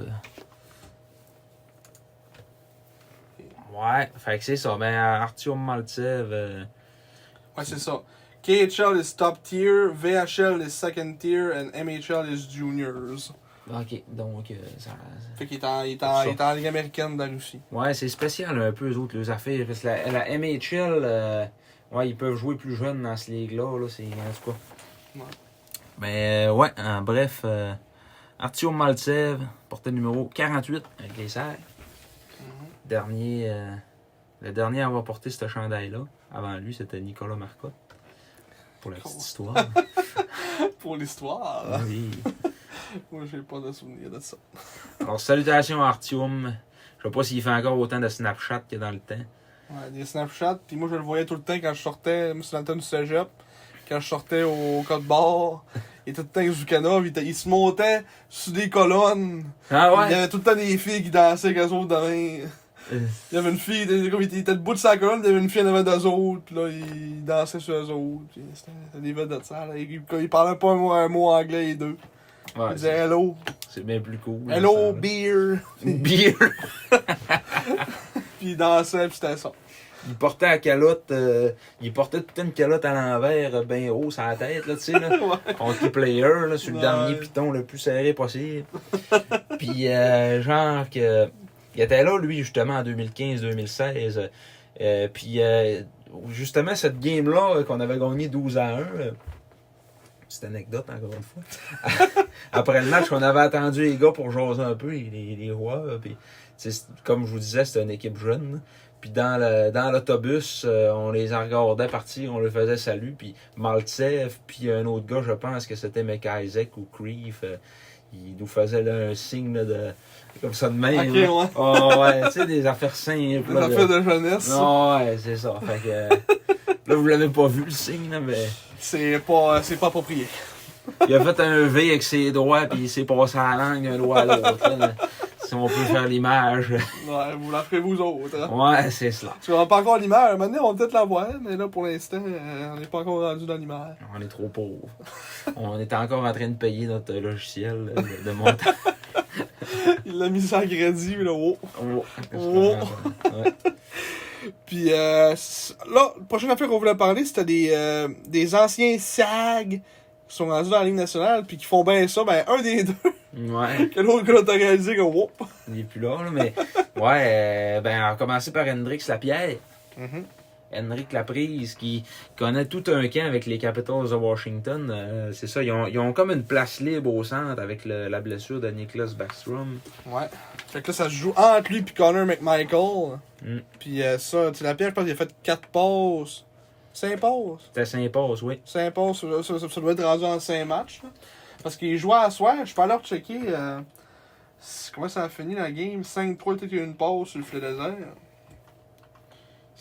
Ouais, fait que c'est ça. Ben, Arthur Maltsev, euh,
Ouais, c'est ça. KHL is top tier, VHL is second tier, and MHL is juniors.
ok, donc euh, ça-
Fait qu'il est en, il est en,
C'est ça.
il est en Ligue américaine de la Russie.
Ouais, c'est spécial un peu, eux autres, leurs affaires. Parce que la, la MHL, euh, ouais, ils peuvent jouer plus jeunes dans ce ligue-là, là, c'est en tout cas.
Ouais.
Mais euh, ouais, en bref, euh, Arthur Maltsev, portait numéro 48 avec les serres. Dernier, euh, le dernier à avoir porté ce chandail-là, avant lui, c'était Nicolas Marcotte. Pour la petite
Cool.
histoire.
Pour l'histoire,
oui.
moi j'ai pas de souvenir de ça.
Alors, salutations Artium. Je sais pas s'il fait encore autant de Snapchat que dans le temps.
Ouais, des snapshots, puis moi je le voyais tout le temps quand je sortais, moi c'est dans le temps du cégep, quand je sortais au code barre, il était tout le temps avec Zucanov, il, était- il se montait sur des colonnes.
Ah
Il y avait tout le temps des filles qui dansaient avec eux autres de même.
Euh.
Il y avait une fille, il était, comme- il était- il était debout de sa colonne, il y avait une fille en avant d'eux autres, puis là, il dansait sur eux autres. puis C'était c'était des vedettes ça. là. Il, il parlait pas un mot, un mot anglais, les deux.
Ouais,
il disait
c'est-
hello,
c'est bien plus cool.
hello,
Ça, là.
beer.
Beer.
Puis il dansait, puis c'était ça.
Il portait la calotte, euh, il portait toute une calotte à l'envers, euh, ben haut sur la tête, là, tu sais, là.
Ouais.
Hockey player, là, sur le
Ouais.
dernier piton le plus serré possible. Puis, euh, genre, que, il était là, lui, justement, en 2015-2016. euh, euh, puis, euh, justement, cette game-là euh, qu'on avait gagné 12 à 1, euh, petite anecdote encore une fois. Après le match, on avait attendu les gars pour jaser un peu, les, les rois. euh, Puis, tu sais, c'est- comme je vous disais, c'était une équipe jeune. Puis dans le- dans l'autobus, euh, on les en regardait partir, on leur faisait salut. Puis Maltsev, puis un autre gars, je pense que c'était McIsaac ou Creef, euh, il nous faisait là, un signe là, de comme ça de même.
Ok,
là.
ouais.
Ah ouais, tu sais, des affaires simples.
Des
là, de-
affaires de jeunesse.
non, ouais, c'est ça. Fait que. euh, Là, vous l'avez pas vu le signe, là, mais.
C'est pas, c'est pas approprié.
Il a fait un V avec ses doigts, puis il s'est passé à la langue d'un doigt à l'autre. là. Si on peut faire l'image.
Ouais, vous la ferez vous autres. hein.
Ouais, c'est cela.
Parce qu'on n'a pas encore l'image. Maintenant, on va peut-être la voir, mais là, pour l'instant, euh, on n'est pas encore rendu dans l'image.
On est trop pauvres. On est encore en train de payer notre logiciel là, de, de montage.
Il l'a mis sur crédit, mais là, oh.
Oh, je
Oh.
comprends pas. Ouais.
Puis euh, c- là, la prochaine affaire qu'on voulait parler, c'était des, euh, des anciens SAG qui sont rendus dans la Ligue nationale, puis qui font bien ça. Ben, un des deux,
ouais.
que l'autre gars t'a réalisé que, wow.
Il est plus là, là, mais. Ouais, euh, ben, on va commencer par Hendrix Lapierre.
Mhm.
Henrik Laprise, qui connaît tout un camp avec les Capitals de Washington. Euh, c'est ça, ils ont, ils ont comme une place libre au centre avec le- la blessure de Nicholas Backstrom.
Ouais. Fait que là, ça se joue entre lui puis Connor McMichael.
Mm.
Puis euh, ça, tu sais, la pierre, je pense qu'il a fait 4 passes. 5 passes.
C'était sympa, oui.
5 passes, ça, ça- ça doit être rendu en 5 matchs. là. Parce qu'il jouait à soir, je suis pas allé checker comment ça a fini la game. 5-3, peut-être qu'il y a eu une passe sur le filet désert.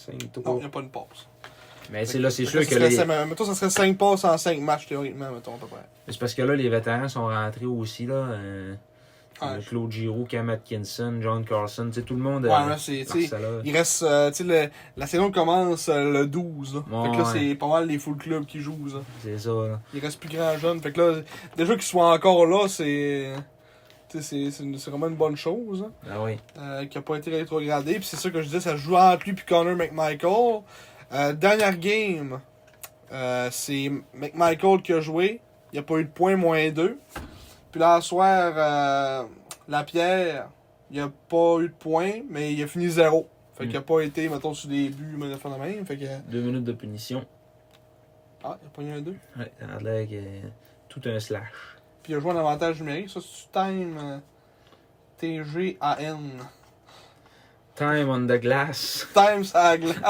Oh.
Non, il n'y a pas une passe.
Mais c'est là, c'est
Fait que
sûr que
ça
les...
serait- mettons, ça serait 5 passes en 5 matchs, théoriquement, mettons, à peu près.
c'est parce que là, les vétérans sont rentrés aussi, là. euh,
Ouais.
euh, Claude Giroux, Cam Atkinson, John Carlson, tu sais, tout le monde.
Ouais,
euh,
là, c'est- tu sais,
Marcella.
Il reste, euh, tu sais, le- la saison commence euh, le 12. Là.
Ouais,
fait que là,
ouais.
c'est pas mal les full clubs qui jouent. Là.
C'est ça, là.
Il reste plus grand jeune. Fait que là, déjà qu'ils soient encore là, c'est. tu sais, C'est c'est une- c'est vraiment une bonne chose. hein.
Ah oui.
Euh, qui a pas été rétrogradé. Puis c'est ça que je disais, ça joue entre lui puis Connor McMichael. Euh, dernière game, euh, c'est McMichael qui a joué. Il a pas eu de points, moins 2. Puis là, ce soir, euh, Lapierre, il a pas eu de points, mais il a fini 0. Fait qu'il a pas été, mettons, sur des buts, mais de faire de même. Fait que.
Deux minutes de punition.
Ah, il a pas eu un 2.
Ouais, ça a l'air que tout un slash.
Puis il a joué en avantage numérique. Ça, c'est time euh, T-G-A-N.
Time on the glass.
Times à la glace.
Ouais,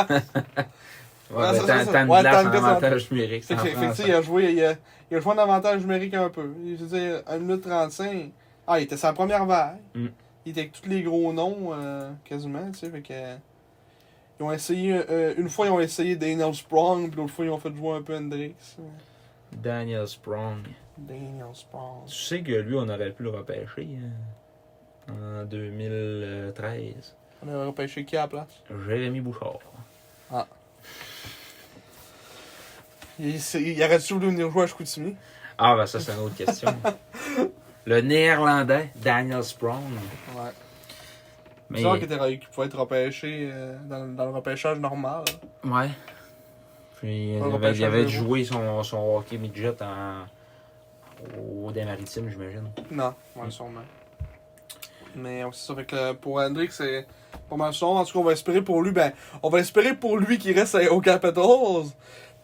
Ah,
ben,
ça,
tant-
ça, ça.
tant de
Ouais,
glace
tant
en
de glace en-
avantage numérique.
Fait
c'est
que,
en
fait que, euh, tu
français.
sais, il a joué, il a, il a joué en avantage numérique un peu. Il- Je veux dire, 1 minute 35. Ah, il était sa première vague.
Mm.
Il était avec tous les gros noms, euh, quasiment, tu sais, fait que... euh, Ils ont essayé, euh, une fois ils ont essayé Daniel Sprong, puis l'autre fois ils ont fait jouer un peu Hendrix.
Daniel Sprong.
Daniel Sprong.
Tu sais que lui, on aurait pu le repêcher hein, en 2013.
On avait repêché qui à la place?
Jérémy Bouchard.
Il, c'est- il aurait-tu voulu venir jouer à Chicoutimi?
Ah, ben ça, c'est une autre question. le néerlandais, Daniel Sprong.
Ouais.
Mais-
C'est sûr qu'il était re- qu'il pouvait être repêché euh, dans, dans le repêchage normal. hein.
Ouais. Puis il
On
avait,
repêche
il avait
un zéro.
joué son, son hockey midget en... au des maritimes, j'imagine.
Non, Mm. ouais, sûrement. Mais euh, c'est ça, fait que euh, pour Hendrix, c'est pas mal sûr. En tout cas, on va espérer pour lui, ben, on va espérer pour lui qu'il reste à- au Capitals.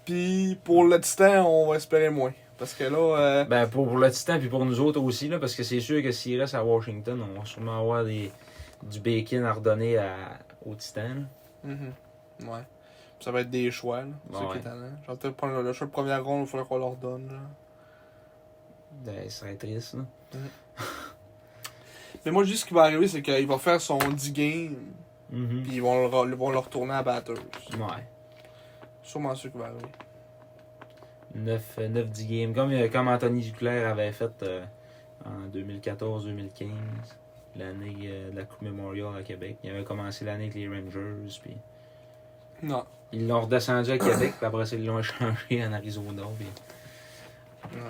Puis pour le Titan, on va espérer moins. Parce que là, euh,
Ben, pour, pour le Titan, puis pour nous autres aussi, là, parce que c'est sûr que s'il reste à Washington, on va sûrement avoir des, du bacon à redonner à, au Titan. là.
mhm, ouais. Ça va être des choix, là. C'est ça
Ouais.
qui est étonnant. Genre, peut-être prendre le- le choix de première ronde, il faudrait qu'on leur donne, là.
Ben, ça serait triste. Là.
Mais moi, je dis ce qui va arriver, c'est qu'il va faire son 10 games,
Mm.
puis ils vont le, re- vont le retourner à la batteuse.
Ouais.
Sûrement ça qui va arriver.
9, 9 10 games, comme, euh, comme Anthony Duclair avait fait euh, en 2014-2015, l'année euh, de la Coupe Memorial à Québec. Il avait commencé l'année avec les Rangers, puis
Non.
ils l'ont redescendu à Québec, puis après ça, ils l'ont échangé en Arizona. puis
non.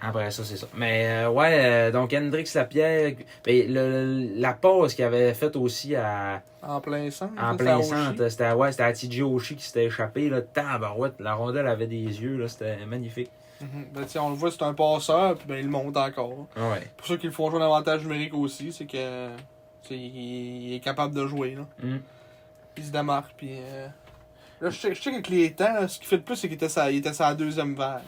Après ça, c'est ça. Mais euh, ouais, euh, donc Hendrix Lapierre, ben, le- la pause qu'il avait faite aussi à,
En plein centre.
en
ça,
plein
ça a aussi.
centre, c'était à- ouais, c'était à TJ Oshie qui s'était échappé. Là, tabarouette, la rondelle avait des yeux, là, c'était magnifique.
Mhm. Ben, tiens, on le voit, c'est un passeur, puis ben, il monte encore.
Ouais.
Pour ceux qui le font jouer en avantage numérique aussi, c'est que tu sais, il il est capable de jouer. Là.
Mm.
Puis il se démarque. Puis, euh, Là, je sais je sais qu'avec les temps, là, ce qui fait le plus, c'est qu'il était sa, il était sa deuxième vague.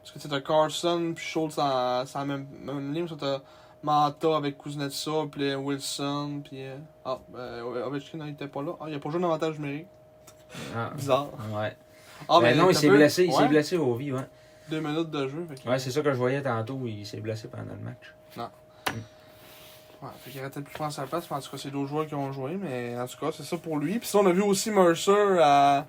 Parce que tu sais, t'as Carson puis Schultz en- c'est la même, même ligne. Ça, t'as Manta avec Kuznetsov puis euh, Wilson puis. euh, Ah, euh, Ovechkin il était pas là. Ah, il a pas joué d'avantage numérique.
Ah,
Bizarre.
ouais.
Ah,
Ben non, il
t'as
s'est
peu-
blessé, il
ouais,
s'est blessé au vie, ouais.
Deux minutes de jeu. Fait que,
Ouais, c'est ça que je voyais tantôt, il s'est blessé pendant le match.
ouais, fait qu'il aurait peut-être pu prendre sa place. mais En tout cas, c'est d'autres joueurs qui ont joué. Mais en tout cas, c'est ça pour lui. Puis ça, on a vu aussi Mercer à-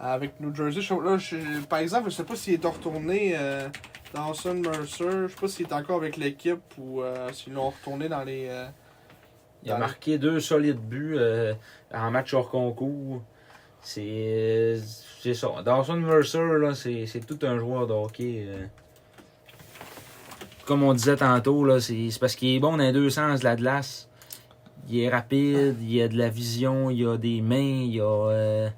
à- avec New Jersey. Je- là, je- par exemple, je sais pas s'il est retourné. euh, Dawson Mercer, je sais pas s'il est encore avec l'équipe ou euh, s'ils l'ont retourné dans les. euh,
Il a
Ouais.
marqué deux solides buts euh, en match hors concours. C'est c'est ça. Dawson Mercer, là, c'est c'est tout un joueur de hockey. euh. Comme on disait tantôt, là, c'est c'est parce qu'il est bon dans les deux sens de la glace. Il est rapide, il a de la vision, il a des mains, il a. euh,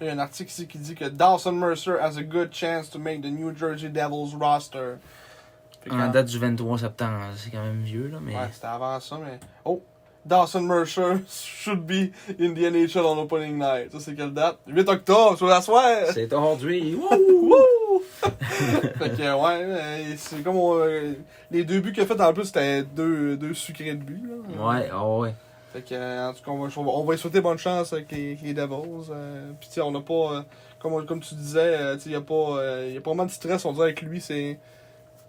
Il y a un article ici qui dit que Dawson Mercer has a good chance to make the New Jersey Devils roster. Fait que,
en date du 23 septembre, c'est quand même vieux, là, mais.
Ouais, c'était avant ça, mais. Oh! Dawson Mercer should be in the NHL on opening night. Ça, c'est quelle date? 8 octobre, sur la soirée!
C'est aujourd'hui. Wouh!
Wouh! fait que, ouais, euh, c'est comme. on- euh, les deux buts qu'il a fait en plus, c'était deux, deux sucrés de buts. là.
Ouais, ah ouais.
Fait que, euh, en tout cas, on va, on va lui souhaiter bonne chance avec les, les Devils. euh, Puis, tu sais, on n'a pas. euh, comme, on- comme tu disais, euh, tu sais, il n'y a, pas, euh, il y a pas vraiment de stress, on dirait, avec lui. c'est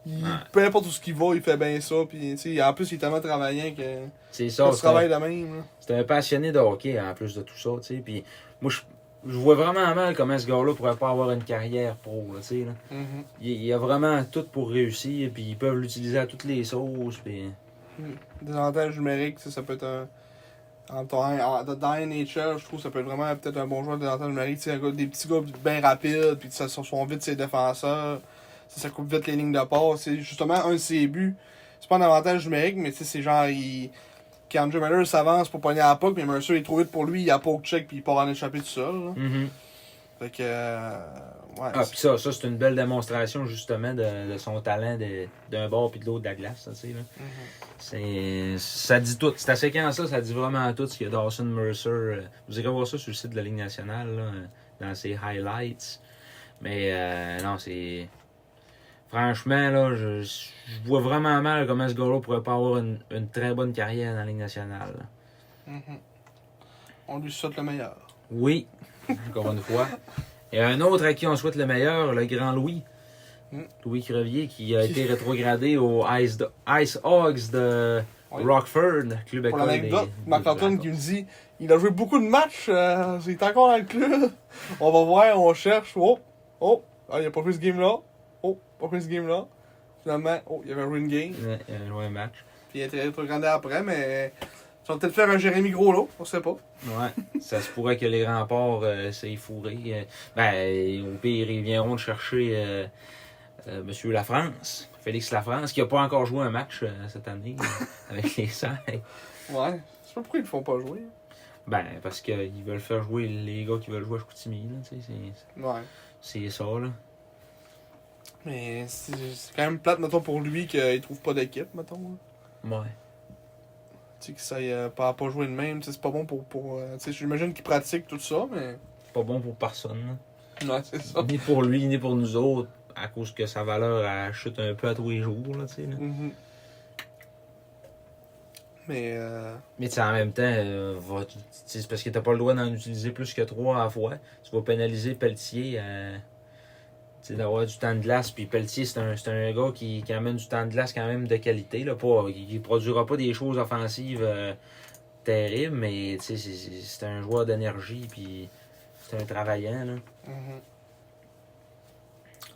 il- Peu importe où ce qu'il va, il fait bien ça. Puis, tu sais, en plus, il est tellement travaillant que.
C'est
Ça,
ça.
tu
c'est un-
travailles de même. là.
C'est un passionné de hockey en plus de tout ça, tu sais. Puis moi, je, je vois vraiment mal comment ce gars-là pourrait pas avoir une carrière pro, là, tu sais. là. Il, il a vraiment tout pour réussir, puis ils peuvent l'utiliser à toutes les sauces, puis
Des avantages numériques, ça, ça peut être un. En, en- en- dans la NHL, je trouve que ça peut être vraiment peut-être un bon joueur des avantages numériques. Tu sais, un gars- des petits gars bien rapides, puis ça sont, sont vite ses défenseurs. Ça, ça coupe vite les lignes de passe. C'est justement un de ses buts. C'est pas un avantage numérique, mais tu sais, c'est genre. Il, quand Andrew Miller s'avance pour pogner la puck, mais Mercer est trop vite pour lui, il a poke check, puis il part en échapper tout seul. là. Fait que. euh, ouais.
Ah, puis ça, ça c'est une belle démonstration justement de, de son talent de- d'un bord puis de l'autre de la glace, ça, tu sais. là. C'est- Ça dit tout. Cette séquence-là, ça dit vraiment tout ce que Dawson Mercer. euh, vous irez voir ça sur le site de la Ligue nationale, là, euh, dans ses highlights. Mais euh, non, c'est. Franchement, là, je, je vois vraiment mal comment ce gars-là pourrait pas avoir une, une très bonne carrière dans la Ligue nationale. là.
Mhm. On lui souhaite le meilleur.
Oui, encore une fois. Et un autre à qui on souhaite le meilleur, le grand Louis.
Mm.
Louis Crevier, qui a
Qui-
été rétrogradé au Ice, Do- Ice Hogs de
Oui.
Rockford, club
Pour
école
l'anecdote,
des-
McCartan
des-
qui me dit il a joué beaucoup de matchs, euh, il est encore dans le club. On va voir, on cherche. Oh, oh, ah, il a pas pris ce game-là. Oh, pas pris ce game-là. Finalement, oh, il avait joué une game.
Ouais, il a joué un match.
Puis il a été rétrogradé après, mais ils vont peut-être faire un Jérémy Groslo, on sait pas.
Ouais, ça se pourrait que les remparts euh, s'aient fourré. euh, ben, au pire, ils viendront de chercher euh, euh, Monsieur Lafrance, Félix Lafrance, qui n'a pas encore joué un match euh, cette année euh, avec les Saints.
Ouais, je sais pas pourquoi ils le font pas jouer.
Ben, parce qu'ils veulent faire jouer les gars qui veulent jouer à Chicoutimi, là, tu sais, c'est-
Ouais.
c'est ça, là.
Mais c'est c'est quand même plate, mettons, pour lui qu'il trouve pas d'équipe, mettons. là.
Ouais.
Tu sais, qu'il saille euh, pas, pas jouer de même, tu sais, c'est pas bon pour. pour euh, tu sais, j'imagine qu'il pratique tout ça, mais.
Pas bon pour personne,
Ouais, c'est ça.
là. Ni pour lui, ni pour nous autres, à cause que sa valeur elle chute un peu à tous les jours, là, tu sais, là.
Mhm. Mais euh,
Mais tu sais, en même temps, euh, va- tu sais, c'est parce que t'as pas le droit d'en utiliser plus que trois à la fois. Tu vas pénaliser Pelletier à- tu sais, d'avoir du temps de glace. Puis Pelletier, c'est un, c'est un gars qui, qui amène du temps de glace quand même de qualité. Là, pas, euh, il ne produira pas des choses offensives euh, terribles, mais tu sais, c'est- c'est c'est un joueur d'énergie. Puis c'est un travaillant. Là.
mhm.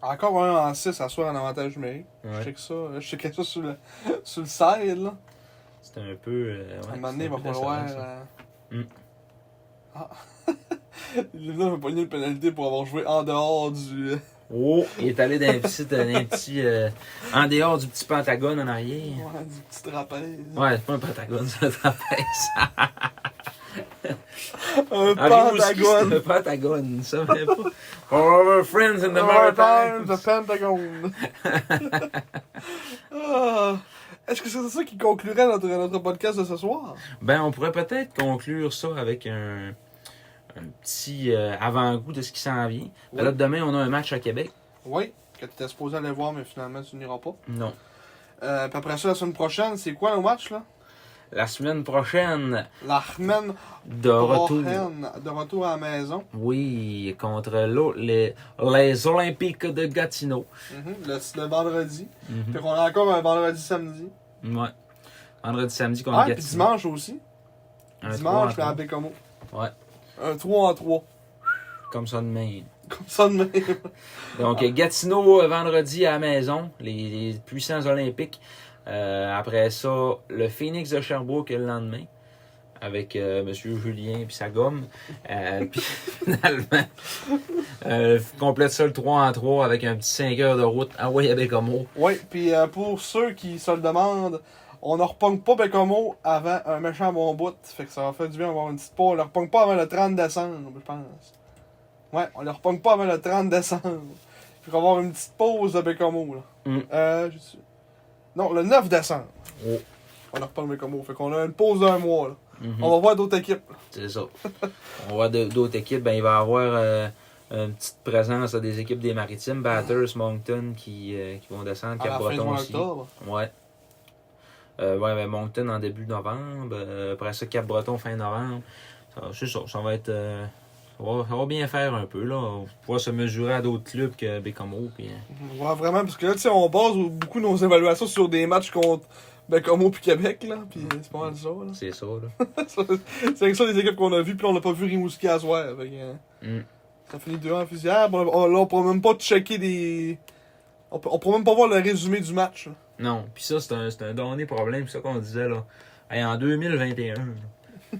encore un en 6 à soir en avantage numérique. Je
Ouais.
check ça, euh, je checkais ça sur le, sur le side. Là.
C'est un peu. euh, ouais,
à un moment donné,
c'est
il va
peu décevant,
falloir.
ça.
euh,
Mm.
Ah. Le gars m'a pogné une pénalité pour avoir joué en dehors du. euh, Ouais,
Oh, il est allé dans un petit. dans un petit, euh, en dehors du petit pentagone en arrière.
du petit trapèze.
Ouais, c'est pas un pentagone, c'est un trapèze.
Un
Ah, Rimouski, c'est
pentagone.
un pentagone, ça venait pas. Our friends in the
Maritime,
Maritimes.
the Pentagone. Ah. Est-ce que c'est ça qui conclurait notre, notre podcast de ce soir?
Ben, on pourrait peut-être conclure ça avec un, un petit euh, avant-goût de ce qui s'en vient. Ben
Oui.
là, demain, on a un match à Québec.
Oui, que que tu supposé aller voir, mais finalement, tu n'iras pas.
Non.
Euh, puis après ça, la semaine prochaine, c'est quoi le match, là?
La semaine prochaine,
La semaine
de retour.
de retour à la maison.
Oui, contre l'eau- les, les Olympiques de Gatineau.
Mhm. le, le vendredi.
Mhm.
Puis qu'on a encore un vendredi samedi.
Ouais. Vendredi, samedi contre
Ah, puis
Gatineau.
dimanche aussi.
Un trois en
dimanche, puis
trois.
à Bécomo.
Ouais,
Un 3 en 3.
comme ça demain.
Comme ça de même.
Donc,
Ah.
Gatineau euh, vendredi à la maison, les, les puissants olympiques. Euh, après ça, le Phoenix de Sherbrooke le lendemain, avec euh, Monsieur Julien et sa gomme. Euh, puis finalement, euh, complète ça le 3 en 3 avec un petit 5 heures de route à Wayabécomo.
Oui, puis euh, pour ceux qui se le demandent, on ne repongue pas Bécomo avant un méchant bon bout. Fait que ça va faire du bien d'avoir une petite pause. On ne repongue pas avant le 30 décembre, je pense. Ouais, on ne repongue pas avant le 30 décembre. Puis qu'on va avoir une petite pause de Bécomo, là.
Mm.
Euh, je sais- Non, le 9 décembre.
Oh.
On ne repongue Bécomo. Fait qu'on a une pause d'un mois, là.
Mhm.
On va voir d'autres équipes.
C'est ça. On voit de- d'autres équipes. Ben, il va y avoir euh, une petite présence là, des équipes des Maritimes, Batters, Moncton qui, euh, qui vont descendre,
À la fin du
Cap-Breton
mois
aussi.
d'octobre.
Ouais. Euh, ouais, ben Moncton en début novembre. euh, après ça, Cap-Breton fin novembre. Ça, c'est ça. Ça va être. euh, ça, va, ça va bien faire un peu. là. On va pouvoir se mesurer à d'autres clubs que Bécamo. Puis, euh,
Ouais, vraiment, parce que là, tu sais, on base beaucoup nos évaluations sur des matchs contre Bécomo puis Québec, là.
Mm.
Puis c'est pas mal ça, là.
c'est ça. Là.
c'est avec ça les équipes qu'on a vues, puis on n'a pas vu Rimouski à soir. Fait que, euh,
Mm.
Ça finit 2 en fusillade. On, on- ah, oh, là, on pourra même pas checker des. On, peut- on pourra même pas voir le résumé du match. là.
Non. Puis ça, c'est un, c'est un donné problème. C'est ça qu'on disait. là. Hey, en 2021, là,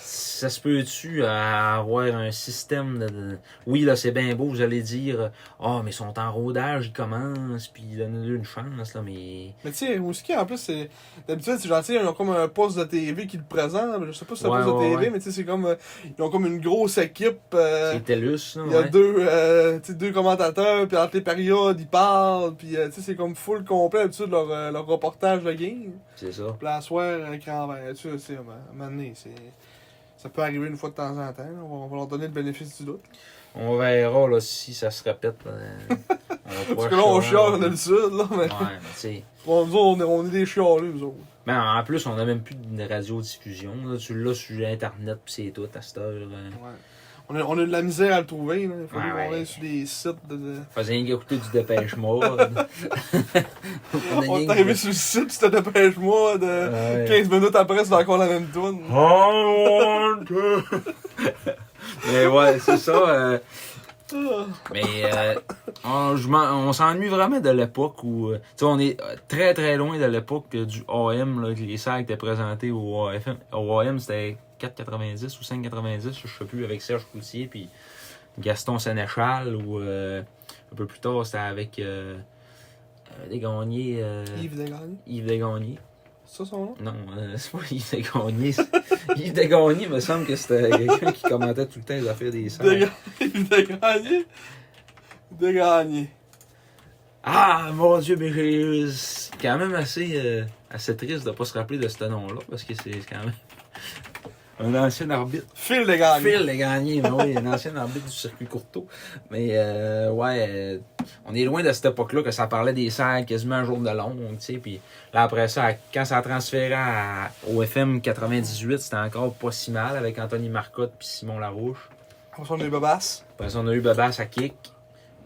ça se peut-tu à avoir un système de- de. Oui, là, c'est bien beau. Vous allez dire Ah, mais ils sont en rodage, ils commencent. Puis donnez-leur une chance. là, Mais.
Mais tu sais, Rimouski, en plus, c'est. D'habitude, c'est gentil, ils ont comme un poste de TV qui le présente. Je sais pas si c'est
Ouais,
un poste
ouais,
de TV,
ouais.
mais tu sais, c'est comme. euh, ils ont comme une grosse équipe. euh,
C'est TELUS, là,
Il y a
ouais.
deux, euh, tu sais, deux commentateurs, puis entre les périodes, ils parlent, puis euh, tu sais, c'est comme full complet d'habitude leur, euh, leur reportage de game.
C'est ça.
Puis la soirée, écran vert, tu sais, c'est, euh, à un moment donné, c'est... ça peut arriver une fois de temps en temps, là. on va, on va leur donner le bénéfice du doute.
On verra là, si ça se répète. euh, on
Parce que là, on chiale
le
d'habitude, là, mais
Ouais, tu sais.
bon, nous autres, on est, on est des chialeux, nous autres.
Mais en plus, on n'a même plus de radiodiffusion. Là. Tu l'as sur Internet, puis c'est tout à cette heure. euh.
Ouais. On, a, on a de la misère à le trouver, là. il faut
Ouais,
qu'on
ouais.
aille sur des sites de... de-
Faisait rien qu'écouter du dépêche mode.
On est arrivé sur le site, tu te dépêches moi, de
Ouais.
15 minutes après, c'est encore la même toune.
Mais ouais, c'est ça. euh,
Ah.
Mais euh, on, je m'en- on s'ennuie vraiment de l'époque où. euh, Tu sais, on est euh, très très loin de l'époque euh, du AM, là, que les salles étaient présentées au AFM. Au AM, c'était 4,90 ou 5,90, je sais plus, avec Serge Coutier puis Gaston Sénéchal, ou euh, un peu plus tard, c'était avec euh, euh, Desgagnés, euh,
Yves Degagné,
Yves Desgagnés.
c'est ça son nom?
Non, euh, c'est pas Yves Desgagnés. c'est- Yves Desgagnés, me semble que c'était quelqu'un qui commentait tout le temps les affaires des salles.
Dega- Yves Degagné? Degagné.
Ah, mon Dieu, mais j'ai- c'est quand même assez, euh, assez triste de ne pas se rappeler de ce nom-là, parce que c'est quand même un ancien arbitre.
Phil Degagné.
Phil a gagné, mais oui, un ancien arbitre du circuit courto. Mais euh, ouais, euh, on est loin de cette époque-là que ça parlait des salles quasiment un jour de long, tu sais. Puis là, après ça, quand ça a transféré à- au FM 98, c'était encore pas si mal avec Anthony Marcotte puis Simon Larouche.
On s'en est babasses.
Après ça, on a eu Babas à kick.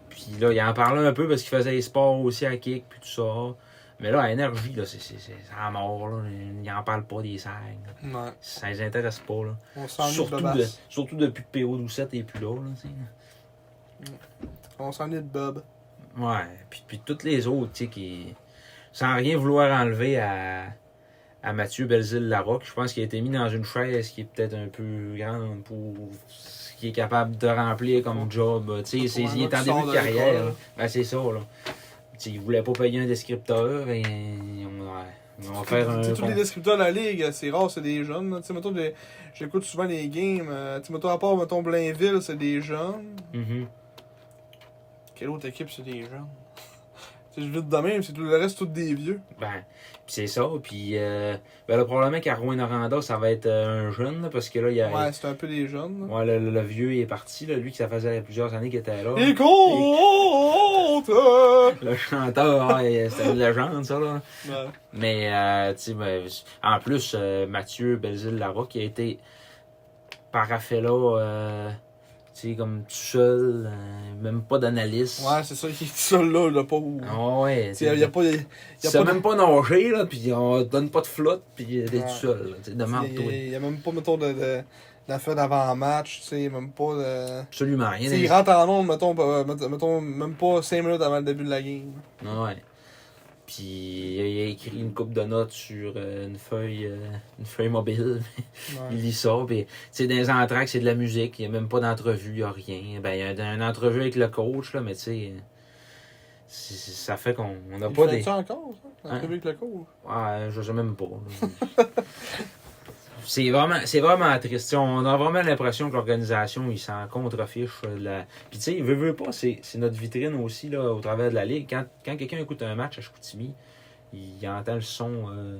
Puis là, il en parlait un peu parce qu'il faisait les sports aussi à kick, puis tout ça. Mais là, à énergie, là, c'est, c'est, c'est à mort, là. Il en parle pas des sacs. là.
Ouais.
Ça les intéresse pas, là.
On s'en est de
surtout, de-
babasses.
surtout depuis que PO 17 est plus là, là, tu sais.
On s'en est de Bob.
Ouais. Puis, puis toutes les autres, tu sais, qui. Sans rien vouloir enlever à, à Mathieu Belzile Larocque, je pense qu'il a été mis dans une chaise qui est peut-être un peu grande pour ce qu'il est capable de remplir comme job. Tu sais, c'est- il est en début de carrière. là. Ben, c'est ça, là. Tu sais, il voulait pas payer un descripteur et on, ouais, on va faire un.
Tu sais, tous les descripteurs de la ligue, hein, c'est rare, c'est des jeunes. là. Tu sais, mettons, j'ai- j'écoute souvent les games. euh, Tu sais, mettons, à part, mettons, Blainville, c'est des jeunes.
Mhm.
Quelle autre équipe, c'est des jeunes? Tu sais, je vite de même, c'est tout le reste, toutes des vieux.
Ben, puis c'est ça. Puis, euh, ben, le problème qu'à Rouen-Noranda, ça va être euh, un jeune, là, parce que là, il y a.
Ouais, c'est un peu des jeunes. là.
Ouais, le, le- le vieux il est parti, là, lui qui ça faisait plusieurs années qu'il était là.
Les cons! Oh, oh, oh, ça.
Le chanteur, ah, et c'était une légende, ça, là.
Ouais.
Mais, euh, tu sais, ben, en plus, euh, Mathieu Belzile Larocque qui a été paraphella, euh, tu sais, comme tout seul, euh, même pas d'analyse.
Ouais, c'est ça, il est seul là, le pauvre.
Ah ouais, tu
Il
sais,
n'y a pas de.
tu
y a
sais
pas de-
même pas nager, là, pis on te donne pas de flotte, pis t'es
Ouais.
tout seul, là, tu sais, demande-toi.
Il n'y a même pas, mettons, de, de, d'affaire d'avant-match, tu sais, même pas de.
Absolument rien.
Tu sais, il rentre en onde, mettons, euh, mettons, mettons, même pas 5 minutes avant le début de la game.
Ouais. Puis il a écrit une coupe de notes sur euh, une feuille euh, une feuille mobile.
Ouais.
il lit ça. Puis, tu sais, dans les entractes, c'est de la musique. Il n'y a même pas d'entrevue, il n'y a rien. Ben, il y a une entrevue avec le coach, là, mais tu sais, euh, c'est- c'est- ça fait qu'on on n'a
Il
Ben, pas
fait
des.
ça encore, ça?
Hein?
L'entrevue avec le coach.
Ouais, je sais même pas. là. c'est vraiment, c'est vraiment triste. T'sais, on a vraiment l'impression que l'organisation, il s'en contrefiche. euh, de La... Puis tu sais, veut, veut pas, c'est, c'est notre vitrine aussi là, au travers de la ligue. Quand, quand quelqu'un écoute un match à Chicoutimi, il entend le son. euh,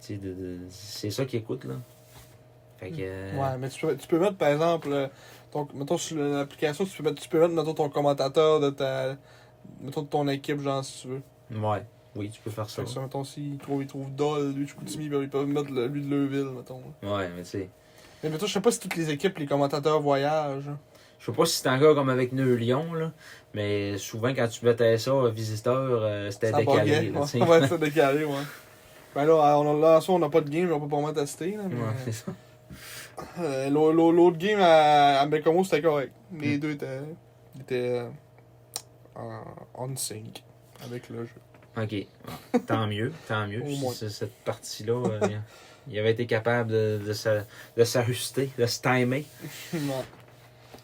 t'sais, de- de- c'est ça qu'il écoute là. Fait que. euh,
Ouais, mais tu peux, tu peux mettre, par exemple, euh, ton, mettons, sur l'application, tu peux mettre, tu peux mettre, mettons, ton commentateur de ta. Mettons, de ton équipe, genre, si tu veux.
ouais. Oui, tu peux faire ça.
Fait que ça, mettons, s'il trouve, il trouve Doll, lui, Chicoutimi, ben, ils peuvent mettre le- lui de Leuville, mettons.
Ouais, mais tu sais.
Mais mettons, je sais pas si toutes les équipes, les commentateurs voyagent.
Je sais pas si c'est encore comme avec Neu Lyon, là, mais souvent quand tu mettais ça euh, visiteur, euh, c'était
Ça
décalé.
buguait,
là,
ouais.
t'sais.
Ouais, c'est décalé, ouais. Ben là, on a, là, en soi, on n'a pas de game, on peut pas vraiment tester. Là, mais,
Ouais, c'est ça.
euh, l'au- l'au- L'autre game à, à Bécomo, c'était correct. Les deux étaient, étaient euh, en on sync avec le jeu.
OK. Bon, Tant mieux, tant mieux.
Au
Puis
moins.
c- Cette partie-là, euh, il avait été capable de, de, s'a- de s'ajuster, de se timer.
Ouais.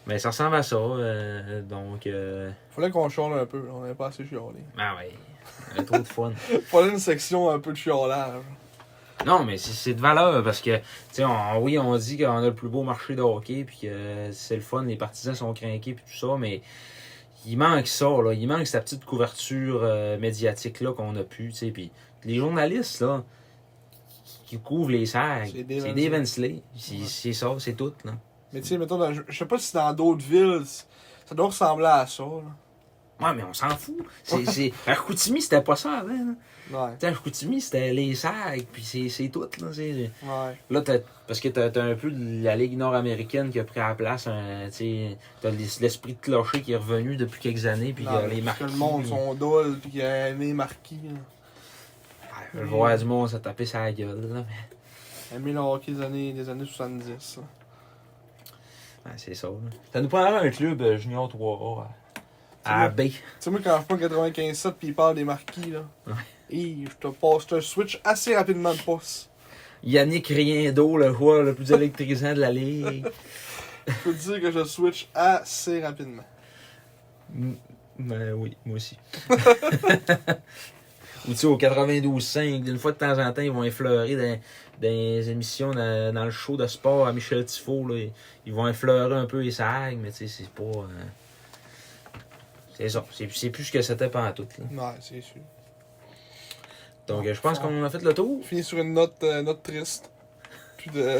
Mais ça ressemble à ça. euh, donc, euh,
Fallait qu'on chiale un peu, là, on n'avait pas assez chialé.
ah ouais, euh, trop de fun.
Fallait une section un peu de chialage.
Non, mais c'est- c'est de valeur parce que, tu sais, on- oui, on dit qu'on a le plus beau marché de hockey, puis que c'est le fun, les partisans sont craqués, puis tout ça, mais il manque ça, là. Il manque cette petite couverture euh, médiatique-là qu'on a pu, tu sais. Puis les journalistes, là, qui, qui couvrent les sacs,
C'est des
c'est des
Vinceley.
Vensley. C'est
Ouais.
c'est ça, c'est tout, là.
Mais tu sais, mettons, dans- je je sais pas si dans d'autres villes, c- ça doit ressembler à ça. Là.
Ouais, mais on s'en fout. C'est- c'est- À Chicoutimi, c'était pas ça avant, là.
Ouais,
Tu sais, à Chicoutimi, c'était les sacs, puis c'est- c'est tout, là. C'est-
ouais.
Là, t'as- parce que t'as t'as un peu de la Ligue nord-américaine qui a pris à la place. hein, t'sais, T'as l'es- l'esprit de clocher qui est revenu depuis quelques années. Puis
Non,
euh,
mais
les
parce
marquis.
que le monde sont dol, puis qu'il y a Aimé Marquis. là.
Ouais, le voir du monde se taper sa gueule. là, mais,
Aimé le hockey des années, des années 70. là.
ouais, c'est ça. là. Ça nous prendra un club euh, junior 3A à, à Ah, B.
Tu sais, moi, quand je prends 95-7 puis il parle des marquis, là,
Ouais.
et je te passe, je te switch assez rapidement de poste.
Yannick Riendo, le joueur le plus électrisant de la Ligue.
Je peux te dire que je switch assez rapidement.
Mm, Ben oui, moi aussi. Ou tu sais, au 92.5, d'une fois de temps en temps, ils vont effleurer dans, dans les émissions, dans, dans le show de sport à Michel Tifo. Là, ils, ils vont effleurer un peu les sags, mais tu sais, c'est pas. euh, C'est ça. C'est, c'est plus ce que c'était pendant tout. Là.
Ouais, c'est sûr.
Donc, euh, je pense qu'on a fait le tour.
On finit sur une note, euh, note triste. Plus de.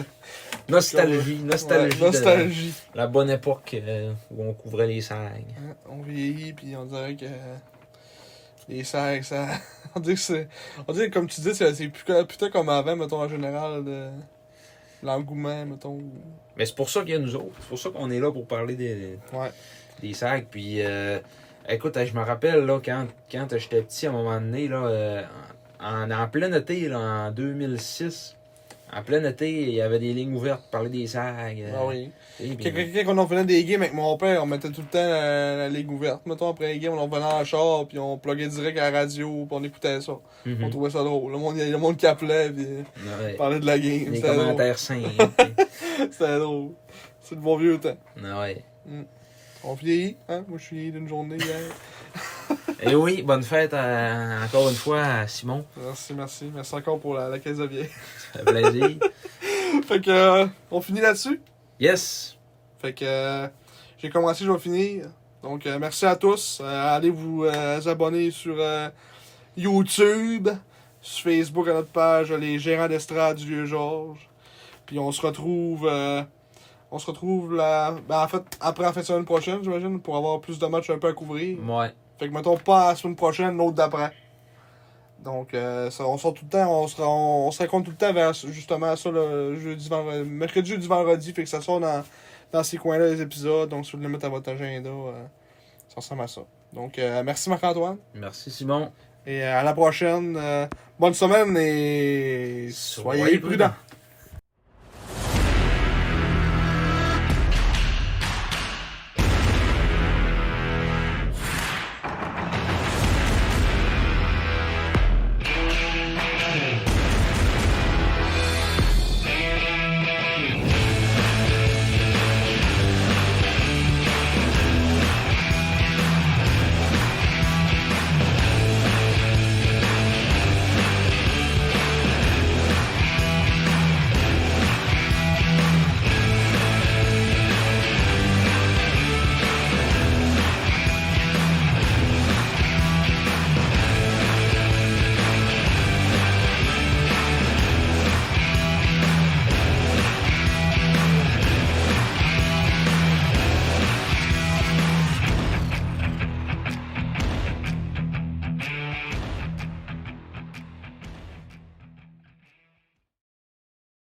Nostalgie, nostalgie.
Ouais,
de
nostalgie.
la bonne époque euh, où on couvrait les sags.
Hein, On vieillit, puis on dirait que. Les sacs, ça. On dirait que c'est. On dirait que, comme tu dis, c'est c'est plus que- plutôt comme avant, mettons, en général, de. L'engouement, mettons.
Mais c'est pour ça qu'il y a nous autres. C'est pour ça qu'on est là pour parler des,
Ouais.
des sacs. Puis, euh, écoute, je me rappelle, là, quand, quand j'étais petit, à un moment donné, là, euh, en, en plein été, là, en 2006, en plein été, il y avait des lignes ouvertes pour parler des sacs. euh,
Ah oui.
et puis-
Quand, quand, quand on en venait des games avec mon père, on mettait tout le temps la, la ligue ouverte. Mettons, après les games, on en venait en char, puis on pluguait direct à la radio, puis on écoutait ça.
Mhm. Ah
On trouvait ça drôle. Le monde, le monde qui appelait, puis
Ouais.
parlait de la game.
Des
Ah, C'était drôle.
commentaires sains. puis-
C'était drôle. C'est le bon vieux temps.
Ah ouais.
On vieillit, hein? Moi, je suis d'une journée hier.
Et oui, bonne fête à- encore une fois à Simon.
Merci, merci. Merci encore pour la, la caisse de bière.
Ça fait plaisir.
fait que, euh, on finit là-dessus.
Yes!
Fait que, euh, j'ai commencé, je vais finir. Donc, euh, merci à tous. Euh, allez vous euh, abonner sur euh, YouTube, sur Facebook à notre page euh, Les Gérants d'Estrade du Vieux-Georges. Puis on se retrouve... euh, on se retrouve là, ben, en fait, après la fin de semaine prochaine, j'imagine, pour avoir plus de matchs un peu à couvrir.
Ouais.
Fait que mettons pas la semaine prochaine, l'autre d'après. Donc, euh, ça, on sort tout le temps, on se, rend- on se raconte tout le temps vers justement ça le jeudi, vendredi, mercredi, jeudi, vendredi. Fait que ça sort dans, dans ces coins-là les épisodes. Donc, si vous voulez le mettre à votre agenda, euh, ça ressemble à ça. Donc, euh, merci Marc-Antoine.
Merci Simon.
Et euh, à la prochaine. euh, bonne semaine et soyez,
Soyez
prudents.
prudents.